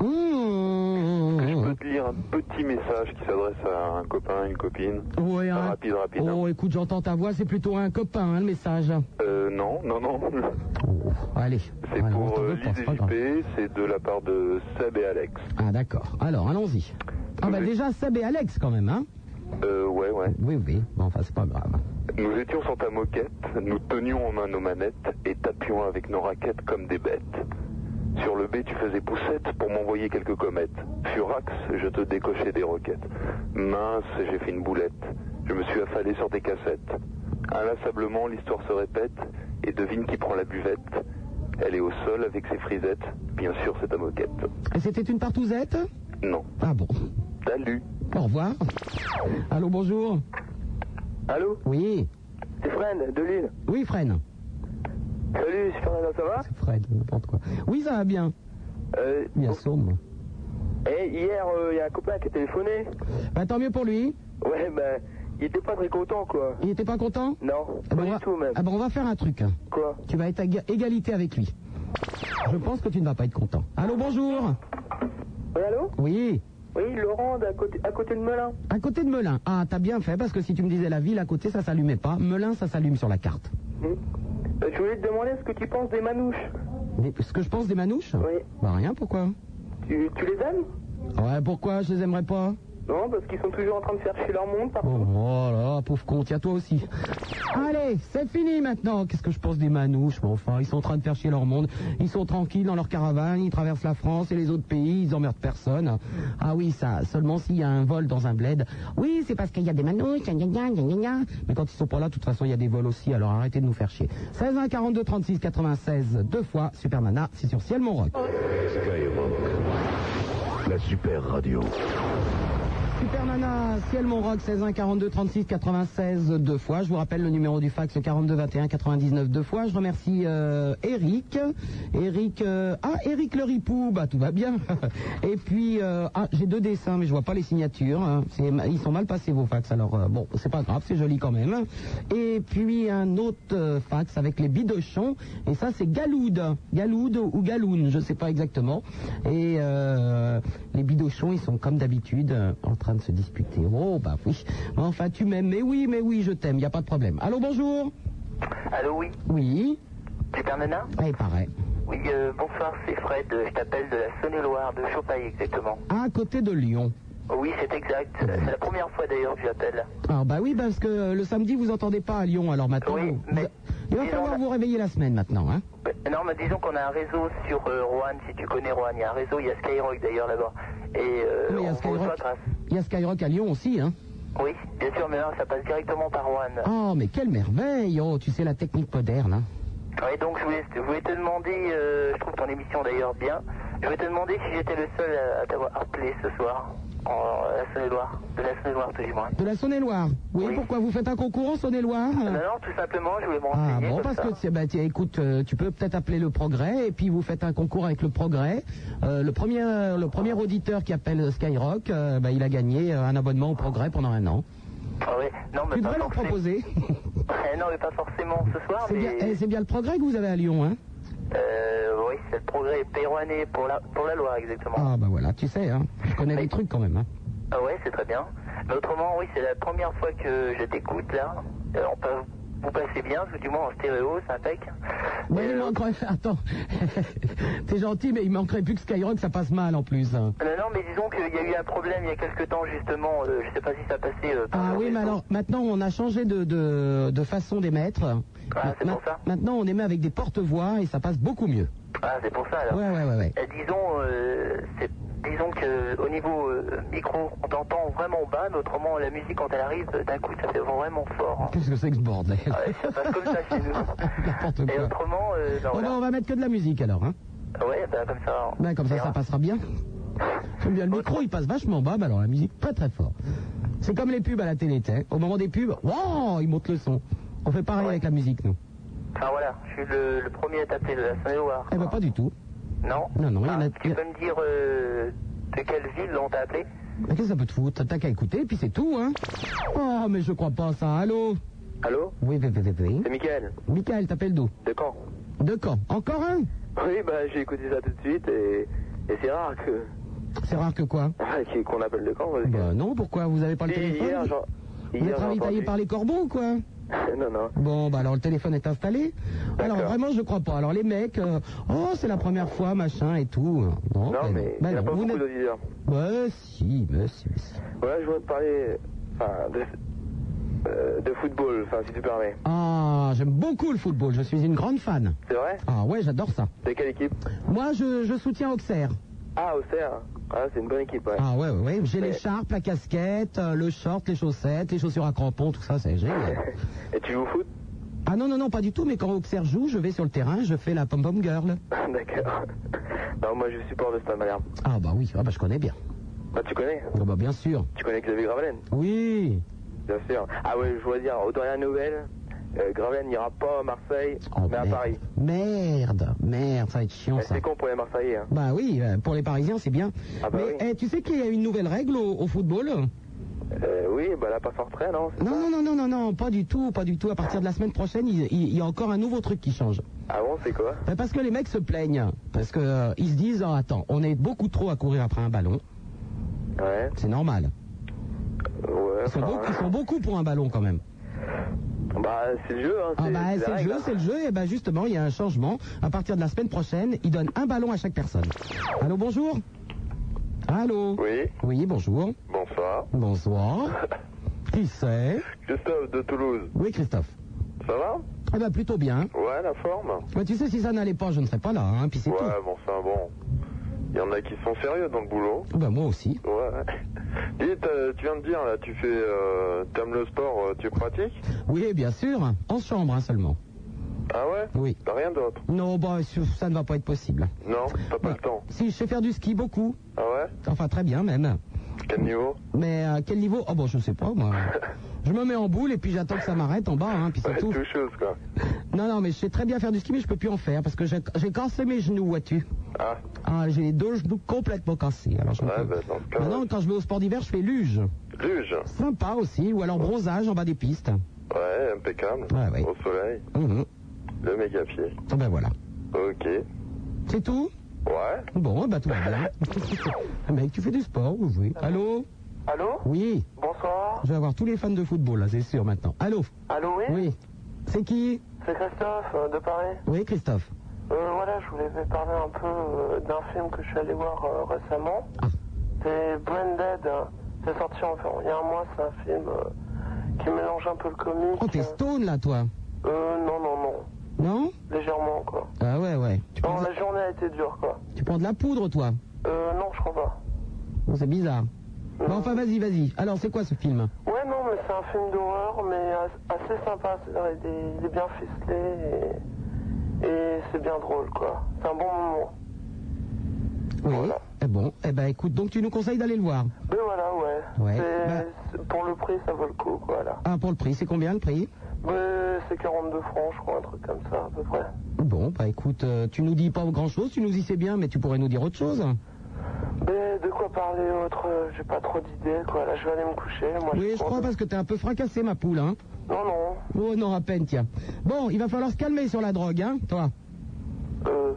Speaker 12: Je peux te lire un petit message qui s'adresse à un copain, une copine.
Speaker 1: Ouais, hein.
Speaker 12: Rapide, rapide. hein.
Speaker 1: Oh, écoute, j'entends ta voix, c'est plutôt un copain, hein, le message.
Speaker 12: Euh, non, non, non.
Speaker 1: Allez.
Speaker 12: C'est pour euh, l'IDJP, c'est de la part de Seb et Alex.
Speaker 1: Ah, d'accord. Alors, allons-y. Ah, bah déjà, Seb et Alex, quand même, hein
Speaker 12: Euh, ouais, ouais.
Speaker 1: Oui, oui. Bon, enfin, c'est pas grave.
Speaker 12: Nous étions sur ta moquette, nous tenions en main nos manettes et tapions avec nos raquettes comme des bêtes. Sur le B, tu faisais poussette pour m'envoyer quelques comètes. Furax, je te décochais des roquettes. Mince, j'ai fait une boulette. Je me suis affalé sur des cassettes. Inlassablement, l'histoire se répète et devine qui prend la buvette. Elle est au sol avec ses frisettes. Bien sûr, c'est ta moquette.
Speaker 1: Et c'était une partouzette
Speaker 12: Non.
Speaker 1: Ah bon.
Speaker 12: Salut.
Speaker 1: Au revoir. Allô, bonjour.
Speaker 10: Allô
Speaker 1: Oui.
Speaker 10: C'est Fred de Lille.
Speaker 1: Oui, Fred.
Speaker 10: Salut, Super Nana, ça va
Speaker 1: Fred, n'importe quoi. Oui, ça va bien.
Speaker 10: Euh,
Speaker 1: Bien sûr, moi.
Speaker 10: eh, hier, il y a un copain qui a téléphoné.
Speaker 1: Bah, tant mieux pour lui.
Speaker 10: Ouais, ben, il était pas très content, quoi.
Speaker 1: Il était pas content
Speaker 10: Non,
Speaker 1: Ah
Speaker 10: pas
Speaker 1: bah, on
Speaker 10: du
Speaker 1: va-
Speaker 10: tout, même.
Speaker 1: Ah bah, on va faire un truc.
Speaker 10: Quoi
Speaker 1: Tu vas être à ga- égalité avec lui. Je pense que tu ne vas pas être content. Allô, bonjour.
Speaker 10: Oui, allô
Speaker 1: Oui.
Speaker 10: Oui, Laurent, d'à côté, à côté de Melun.
Speaker 1: À côté de Melun. Ah, t'as bien fait parce que si tu me disais la ville à côté, ça s'allumait pas. Melun, ça s'allume sur la carte.
Speaker 10: Euh, je voulais te demander ce que tu penses des manouches.
Speaker 1: Mais ce que je pense des manouches Oui. Bah rien, pourquoi
Speaker 10: Tu, tu les aimes
Speaker 1: Ouais, pourquoi Je les aimerais pas.
Speaker 10: Non, parce qu'ils sont toujours en train de faire chier leur monde. par-
Speaker 1: Oh, oh là, pauvre con, tiens toi aussi. Allez, c'est fini maintenant. Qu'est-ce que je pense des manouches Bon, enfin, ils sont en train de faire chier leur monde. Ils sont tranquilles dans leur caravane, ils traversent la France et les autres pays, ils emmerdent personne. Ah oui, ça, seulement s'il y a un vol dans un bled. Oui, c'est parce qu'il y a des manouches, gna gna gna gna gna gna. Mais quand ils sont pas là, de toute façon, il y a des vols aussi, alors arrêtez de nous faire chier. 16 1 42 36 96, deux fois, Supermana, c'est sur Ciel, mon rock.
Speaker 8: Skyrock. La super radio.
Speaker 1: Supernana, ciel mon rock, 16 1 42 36 96 deux fois. Je vous rappelle le numéro du fax le 42 21 99 deux fois. Je remercie euh, Eric, Eric, euh, ah Eric le ripou, bah tout va bien. Et puis euh, ah j'ai deux dessins mais je vois pas les signatures. hein. C'est- ils sont mal passés vos fax alors euh, bon c'est pas grave c'est joli quand même. Et puis un autre euh, fax avec les bidochons et ça c'est Galoud, Galoud ou Galoun, je sais pas exactement. Et euh, les bidochons, ils sont comme d'habitude euh, en train de se disputer. Oh, bah oui. Mais Enfin, tu m'aimes. Mais oui, mais oui, je t'aime. Il n'y a pas de problème. Allô, bonjour.
Speaker 10: Allô, oui
Speaker 1: Oui.
Speaker 10: Super Nana
Speaker 1: Ah, il paraît.
Speaker 10: Oui, euh, bonsoir, c'est Fred. euh, Je t'appelle de la Saône-et-Loire, de Chopaille exactement.
Speaker 1: À côté de Lyon.
Speaker 10: Oui, c'est exact. Euh, C'est la première fois d'ailleurs que j'appelle.
Speaker 1: Alors, bah oui, parce que euh, le samedi, vous entendez pas à Lyon. Alors maintenant, Ah, vous- vous- il va falloir vous réveiller la semaine maintenant. Hein.
Speaker 10: Euh, Non, mais disons qu'on a un réseau sur euh, Roanne, si tu connais Roanne. Il y a un réseau, il y a Skyrock d'ailleurs là-bas. Et euh,
Speaker 1: Oui, il y a
Speaker 10: on vous
Speaker 1: Skyrock.
Speaker 10: reçoit grâce.
Speaker 1: Il y a Skyrock à Lyon aussi. Hein.
Speaker 10: Oui, bien sûr, mais là, ça passe directement par Roanne.
Speaker 1: Oh, mais quelle merveille. Oh, tu sais, la technique moderne. hein.
Speaker 10: Oui, donc je voulais, je voulais te demander, euh, je trouve ton émission d'ailleurs bien, je voulais te demander si j'étais le seul à, à t'avoir appelé ce soir, en la Saône-et-Loire, de la Saône-et-Loire tout du moins.
Speaker 1: De la Saône-et-Loire. Oui, pourquoi vous faites un concours en Saône-et-Loire
Speaker 10: Non, Ah, non, tout simplement, je voulais me
Speaker 1: Ah
Speaker 10: renseigner.
Speaker 1: bon,
Speaker 10: comme
Speaker 1: parce
Speaker 10: ça.
Speaker 1: que tiens, bah, tiens, écoute, euh, tu peux peut-être appeler le Progrès et puis vous faites un concours avec le Progrès. Euh, le premier, euh, le premier auditeur qui appelle Skyrock, euh, bah, il a gagné euh, un abonnement au Progrès pendant un an.
Speaker 10: Ah ouais, non, mais
Speaker 1: tu
Speaker 10: pas
Speaker 1: devrais leur
Speaker 10: forcément.
Speaker 1: proposer.
Speaker 10: Eh non, mais pas forcément ce soir,
Speaker 1: C'est bien,
Speaker 10: Ah, mais
Speaker 1: eh, c'est bien le Progrès que vous avez à Lyon, hein
Speaker 10: euh, oui, c'est le progrès péruanais pour la, pour la Loire exactement.
Speaker 1: Ah bah voilà, tu sais, hein, je connais les trucs quand même. Hein.
Speaker 10: Ah ouais, c'est très bien. Mais autrement, oui, c'est la première fois que je t'écoute là. Euh, on peut vous passer bien, tout du moins en stéréo, c'est Euh, impec.
Speaker 1: Ouais, il manquerait... Attends, t'es gentil, mais il manquerait plus que Skyrock, ça passe mal en plus. hein.
Speaker 10: Euh, Non, non, mais disons qu'il y a eu un problème il y a quelques temps, justement. euh, je sais pas si ça passait. euh, par
Speaker 1: Ah
Speaker 10: le
Speaker 1: oui, mais
Speaker 10: réseau.
Speaker 1: alors maintenant on a changé de, de, de façon d'émettre. Ma- Maintenant on émet avec des porte-voix et ça passe beaucoup mieux.
Speaker 10: Ah, c'est pour ça alors.
Speaker 1: Ouais, ouais, ouais, ouais.
Speaker 10: Euh, disons, euh, c'est- disons que euh, au niveau euh, micro, on t'entend vraiment bas, mais autrement, la musique, quand elle arrive, euh, d'un coup, ça fait vraiment fort. hein.
Speaker 1: Qu'est-ce que c'est que ce bordel
Speaker 10: Ouais, ça passe comme ça chez nous.
Speaker 1: N'importe
Speaker 10: Et
Speaker 1: quoi.
Speaker 10: autrement, euh, ben
Speaker 1: Bon,
Speaker 10: voilà.
Speaker 1: bah, on va mettre que de la musique alors. Hein.
Speaker 10: Ouais, bah, comme ça. on-
Speaker 1: Ben, comme ça, ça passera bien. J'aime bien le micro, il passe vachement bas, ben alors la musique pas très fort. C'est comme les pubs à la télé, t'sais. Au moment des pubs, wow, ils montent le son. On fait pareil avec la musique, nous.
Speaker 7: Enfin voilà, je suis le, le premier à taper de la Saône-et-Loire.
Speaker 1: Eh ben, pas du tout.
Speaker 7: Non
Speaker 1: Non, non, il y en a.
Speaker 10: Ah,
Speaker 7: Tu peux me dire euh, de quelle ville on t'a appelé
Speaker 1: Mais qu'est-ce que ça peut te foutre T'as qu'à écouter, puis c'est tout, hein Oh, mais je crois pas à ça. Allô
Speaker 6: Allô
Speaker 1: Oui, oui, oui, oui.
Speaker 6: C'est Mickaël.
Speaker 1: Michael, t'appelles d'où
Speaker 6: De Caen.
Speaker 1: De Caen. Encore un
Speaker 6: Oui, bah j'ai écouté ça tout de suite et, et c'est rare que
Speaker 1: C'est rare que quoi
Speaker 6: qu'on appelle de Caen.
Speaker 1: Bah non, pourquoi Vous avez pas le
Speaker 6: Si,
Speaker 1: téléphone
Speaker 6: hier, j'en-
Speaker 1: Vous
Speaker 6: hier,
Speaker 1: êtes
Speaker 6: j'ai
Speaker 1: ravitaillé
Speaker 6: entendu.
Speaker 1: par les corbeaux ou quoi
Speaker 6: non, non.
Speaker 1: Bon, bah alors le téléphone est installé. Alors vraiment, je crois pas. Alors les mecs, euh, oh, c'est la première fois, machin et tout. Non,
Speaker 6: non,
Speaker 1: ben,
Speaker 6: mais
Speaker 1: ben
Speaker 6: il n'y a
Speaker 1: non,
Speaker 6: pas
Speaker 1: vous
Speaker 6: beaucoup
Speaker 1: n'êtes-
Speaker 6: d'auditeurs.
Speaker 1: Ouais, si, mais si, mais si.
Speaker 6: Voilà, je voulais te parler enfin, de, euh, de football, enfin, si tu permets.
Speaker 1: Ah, j'aime beaucoup le football. Je suis une grande fan.
Speaker 6: C'est vrai
Speaker 1: Ah ouais, j'adore ça.
Speaker 6: De quelle équipe
Speaker 1: Moi, je, je soutiens Auxerre.
Speaker 6: Ah, Auxerre. Ah, c'est une bonne équipe, ouais.
Speaker 1: Ah ouais, ouais, ouais. J'ai
Speaker 6: Mais-
Speaker 1: l'écharpe, la casquette, euh, le short, les chaussettes, les chaussures à crampons, tout ça, c'est génial.
Speaker 6: Et tu joues au foot
Speaker 1: Ah non, non, non, pas du tout, mais quand Auxerre joue, je vais sur le terrain, je fais la pom-pom girl.
Speaker 6: D'accord. Non, moi, je supporte le Stade Malherbe.
Speaker 1: Ah bah oui, ah bah je connais bien.
Speaker 6: Ah, tu connais
Speaker 1: Ah bah bien sûr.
Speaker 6: Tu connais Xavier Gravelaine
Speaker 1: Oui.
Speaker 6: Bien sûr. Ah ouais, je voulais dire, aux dernières nouvelles, euh, Gravelaine n'ira pas à Marseille, mais à Paris.
Speaker 1: Oh, Merde, merde, ça va être chiant
Speaker 6: Eh,
Speaker 1: ça.
Speaker 6: C'est con pour les Marseillais. hein.
Speaker 1: Bah oui, euh, pour les Parisiens, c'est bien.
Speaker 6: Ah bah
Speaker 1: mais eh, tu sais qu'il y a une nouvelle règle au, au football
Speaker 6: Euh, oui, bah là, pas fort très, non
Speaker 1: Non, non, non, non, non, non, pas du tout, pas du tout. À partir de la semaine prochaine, il, il- il y a encore un nouveau truc qui change.
Speaker 6: Ah bon, c'est quoi
Speaker 1: Ben, Parce que les mecs se plaignent, parce que euh, ils se disent, Ah, attends, on est beaucoup trop à courir après un ballon.
Speaker 6: Ouais.
Speaker 1: C'est normal.
Speaker 6: Ouais,
Speaker 1: Ils sont,
Speaker 6: enfin,
Speaker 1: beaucoup, ils sont beaucoup pour un ballon quand même.
Speaker 6: Bah, c'est le jeu, hein.
Speaker 1: Ah bah,
Speaker 6: la
Speaker 1: c'est le
Speaker 6: règle,
Speaker 1: jeu,
Speaker 6: hein.
Speaker 1: c'est le jeu, et ben justement, il y a un changement. À partir de la semaine prochaine, ils donnent un ballon à chaque personne. Allô, bonjour Allô
Speaker 12: Oui,
Speaker 1: Oui, bonjour.
Speaker 12: bonsoir.
Speaker 1: Bonsoir. Qui c'est
Speaker 12: Christophe de Toulouse,
Speaker 1: Oui, Christophe.
Speaker 12: ça va
Speaker 1: Eh ben plutôt bien.
Speaker 12: Ouais, la forme
Speaker 1: Ouais, tu sais, si ça n'allait pas, je ne serais pas là, hein, puis c'est
Speaker 12: Ouais, bon, ça, bon. Il y en a qui sont sérieux dans le boulot.
Speaker 1: tout. Ben, moi aussi.
Speaker 12: Ouais. Dis,
Speaker 6: euh,
Speaker 12: t'as- tu viens de dire, là, tu fais. Euh, T'aimes le sport, euh, tu pratiques
Speaker 1: Oui, bien sûr, en chambre hein, seulement.
Speaker 12: Ah ouais
Speaker 1: Oui.
Speaker 12: T'as rien d'autre
Speaker 1: Non, bah, ça ne va pas être possible.
Speaker 12: Non T'as pas le temps
Speaker 1: Si, je sais faire du ski beaucoup.
Speaker 12: Ah ouais
Speaker 1: Enfin, très bien même.
Speaker 12: Quel niveau
Speaker 1: Mais à quel niveau Oh, bon, je sais pas, moi. Je me mets en boule et puis j'attends que ça m'arrête en bas, hein, puis c'est
Speaker 12: Ouais,
Speaker 1: tout.
Speaker 12: toucheuse, quoi.
Speaker 1: Non, non, mais je sais très bien faire du ski, mais je peux plus en faire parce que j'ai j'ai cassé mes genoux, vois-tu.
Speaker 12: Ah,
Speaker 1: Ah, j'ai les deux genoux complètement cassés. Alors, je me
Speaker 12: ouais,
Speaker 1: fais-
Speaker 12: bah, dans ce cas,
Speaker 1: Maintenant, quand je vais au sport d'hiver, je fais luge.
Speaker 12: luge.
Speaker 1: Sympa aussi, ou alors bronzage en bas des pistes.
Speaker 12: Ouais, impeccable.
Speaker 1: Ouais, ouais.
Speaker 12: Au soleil,
Speaker 1: Mhm.
Speaker 12: le méga pied.
Speaker 1: Ah, Ben voilà.
Speaker 12: Ok.
Speaker 1: C'est tout
Speaker 12: Ouais.
Speaker 1: Bon, eh ben tout va bien. Ah, Mec, tu fais du sport, oui, oui. Allô
Speaker 7: Allô
Speaker 1: Oui,
Speaker 7: Bonsoir.
Speaker 1: je vais avoir tous les fans de football, là, c'est sûr, maintenant. Allô
Speaker 7: Allô, oui
Speaker 1: Oui. C'est qui
Speaker 7: C'est Christophe euh, de Paris.
Speaker 1: Oui, Christophe.
Speaker 7: Euh, voilà, je voulais vous parler un peu euh, d'un film que je suis allé voir euh, récemment. C'est Blended. C'est sorti en- il y a un mois, c'est un film euh, qui mélange un peu le comique.
Speaker 1: Oh, t'es stone, là, toi
Speaker 7: Euh, non, non, non.
Speaker 1: Non
Speaker 7: Légèrement, quoi.
Speaker 1: Ah ouais, ouais. Tu
Speaker 7: Non,
Speaker 1: prends,
Speaker 7: la journée a été dure, quoi.
Speaker 1: tu prends de la poudre, toi
Speaker 7: Euh, non, je crois pas.
Speaker 1: Bon, C'est bizarre. Bon, enfin, vas-y, vas-y. Alors, c'est quoi ce film
Speaker 7: Ouais, non, mais c'est un film d'horreur, mais as- assez sympa. C'est-à-dire, il est- il est bien ficelé et, et c'est bien drôle, quoi. C'est un bon moment.
Speaker 1: Oui. Eh bon, eh ben écoute, donc tu nous conseilles d'aller le voir.
Speaker 7: Mais voilà, ouais.
Speaker 1: Ouais.
Speaker 7: C'est-
Speaker 1: Bah-
Speaker 7: c'est- Pour le prix, ça vaut le coup, quoi, là.
Speaker 1: Ah, pour le prix, c'est combien le prix
Speaker 7: Mais c'est 42 francs, je crois, un truc comme ça, à peu près.
Speaker 1: Bon, bah écoute, euh, tu nous dis pas grand-chose, tu nous dis c'est bien, mais tu pourrais nous dire autre chose
Speaker 7: Mais de quoi parler autre euh, J'ai pas trop d'idées, quoi. Là, je vais aller me coucher. Moi,
Speaker 1: Oui, je
Speaker 7: prends-
Speaker 1: crois parce que t'es un peu fracassé, ma poule, hein
Speaker 7: Non, non.
Speaker 1: Oh non, à peine, tiens. Bon, il va falloir se calmer sur la drogue, hein, toi
Speaker 7: Euh,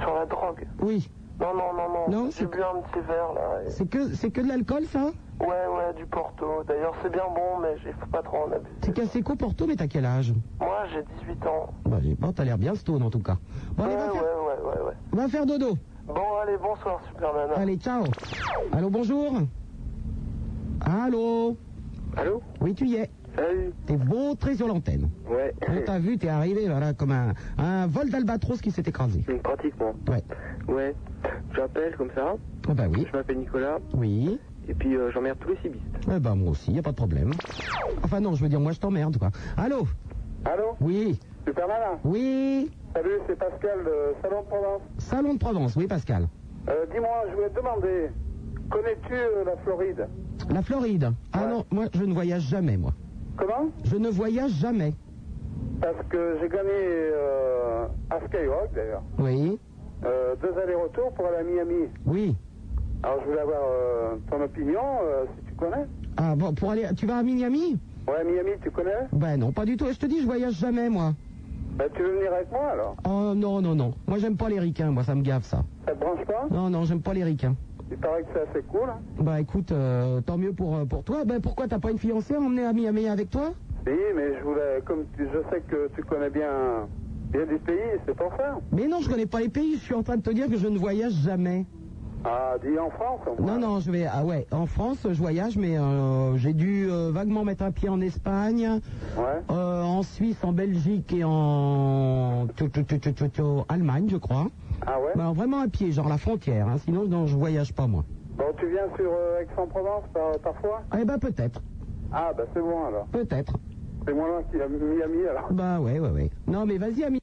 Speaker 7: sur la drogue.
Speaker 1: Oui.
Speaker 7: Non, non, non, non.
Speaker 1: Non,
Speaker 7: J'ai bu un petit verre, là. et-
Speaker 1: C'est que, c'est que de l'alcool, ça
Speaker 7: Ouais, ouais, du Porto. D'ailleurs, c'est bien bon, mais il faut pas trop en abuser.
Speaker 1: T'es cassé qu'au Porto, mais t'as quel âge
Speaker 7: Moi, j'ai 18 ans.
Speaker 1: Bah, j'ai pas, t'as l'air bien stone, en tout cas. Bon, allez,
Speaker 7: ouais,
Speaker 1: va
Speaker 7: ouais,
Speaker 1: faire,
Speaker 7: ouais, ouais, ouais.
Speaker 1: va faire dodo.
Speaker 7: Bon, allez, bonsoir, Superman.
Speaker 1: Allez, ciao. Allô, bonjour Allô
Speaker 6: Allô
Speaker 1: Oui, tu y es.
Speaker 6: Salut.
Speaker 1: T'es vautré sur l'antenne.
Speaker 6: Ouais.
Speaker 1: On t'a vu, t'es arrivé voilà, comme un, un vol d'albatros qui s'est écrasé.
Speaker 7: Mm,
Speaker 6: Pratiquement.
Speaker 1: Ouais.
Speaker 6: Ouais. J'appelle comme ça.
Speaker 1: Ah bah oui.
Speaker 6: Je m'appelle Nicolas.
Speaker 1: Oui.
Speaker 6: Et puis, euh, j'emmerde tous les cibistes.
Speaker 1: Eh ben moi aussi, y a pas de problème. Enfin non, je veux dire, moi je t'emmerde quoi. Allô
Speaker 13: Allô
Speaker 1: Oui.
Speaker 13: Superman
Speaker 1: Oui.
Speaker 13: Salut, c'est Pascal de Salon de Provence.
Speaker 1: Salon de Provence, oui Pascal.
Speaker 13: Euh, Dis-moi, je voulais te demander, connais-tu euh, la Floride
Speaker 1: La Floride. Ah non, moi je ne voyage jamais moi.
Speaker 13: Comment
Speaker 1: Je ne voyage jamais.
Speaker 7: Parce que j'ai gagné euh, à Skyrock d'ailleurs.
Speaker 1: Oui.
Speaker 7: Euh, deux allers-retours pour aller à Miami.
Speaker 1: Oui.
Speaker 7: Alors je voulais avoir euh, ton opinion, euh, si tu connais.
Speaker 1: Ah bon, pour aller, tu vas à Miami
Speaker 7: Ouais, Miami, tu connais
Speaker 1: Ben non, pas du tout. Et je te dis, je voyage jamais, moi.
Speaker 7: Bah tu veux venir avec moi alors
Speaker 1: Oh non, non, non. Moi, j'aime pas les ricains, moi, ça me gave, ça.
Speaker 7: Ça te branche pas
Speaker 1: Non, non, j'aime pas les ricains.
Speaker 7: Il paraît que c'est assez cool. hein.
Speaker 1: Bah écoute, euh, tant mieux pour, euh, pour toi. Ben pourquoi t'as pas une fiancée à emmener à Miami avec toi
Speaker 7: Oui, mais je voulais, comme tu- je sais que tu connais bien, bien des pays, c'est pour ça.
Speaker 1: Mais non, je connais pas les pays. Je suis en train de te dire que je ne voyage jamais.
Speaker 7: Ah, dis en France. au moins.
Speaker 1: Non, non, je vais. Ah ouais, en France, je voyage, mais euh, j'ai dû euh, vaguement mettre un pied en Espagne, euh, en Suisse, en Belgique et en tchou, tchou, tchou, tchou, tchou, tchou, Allemagne, je crois.
Speaker 7: Ah ouais
Speaker 1: Alors vraiment un pied, genre la frontière. hein. Sinon, non, je voyage pas moi.
Speaker 7: Bon, tu viens sur euh, Aix-en-Provence par, parfois
Speaker 1: Eh ben peut-être,
Speaker 7: Ah, bah c'est bon alors.
Speaker 1: peut-être.
Speaker 7: C'est moi là qui a Miami alors.
Speaker 1: Bah ouais, ouais, ouais. Non, mais vas-y, ami.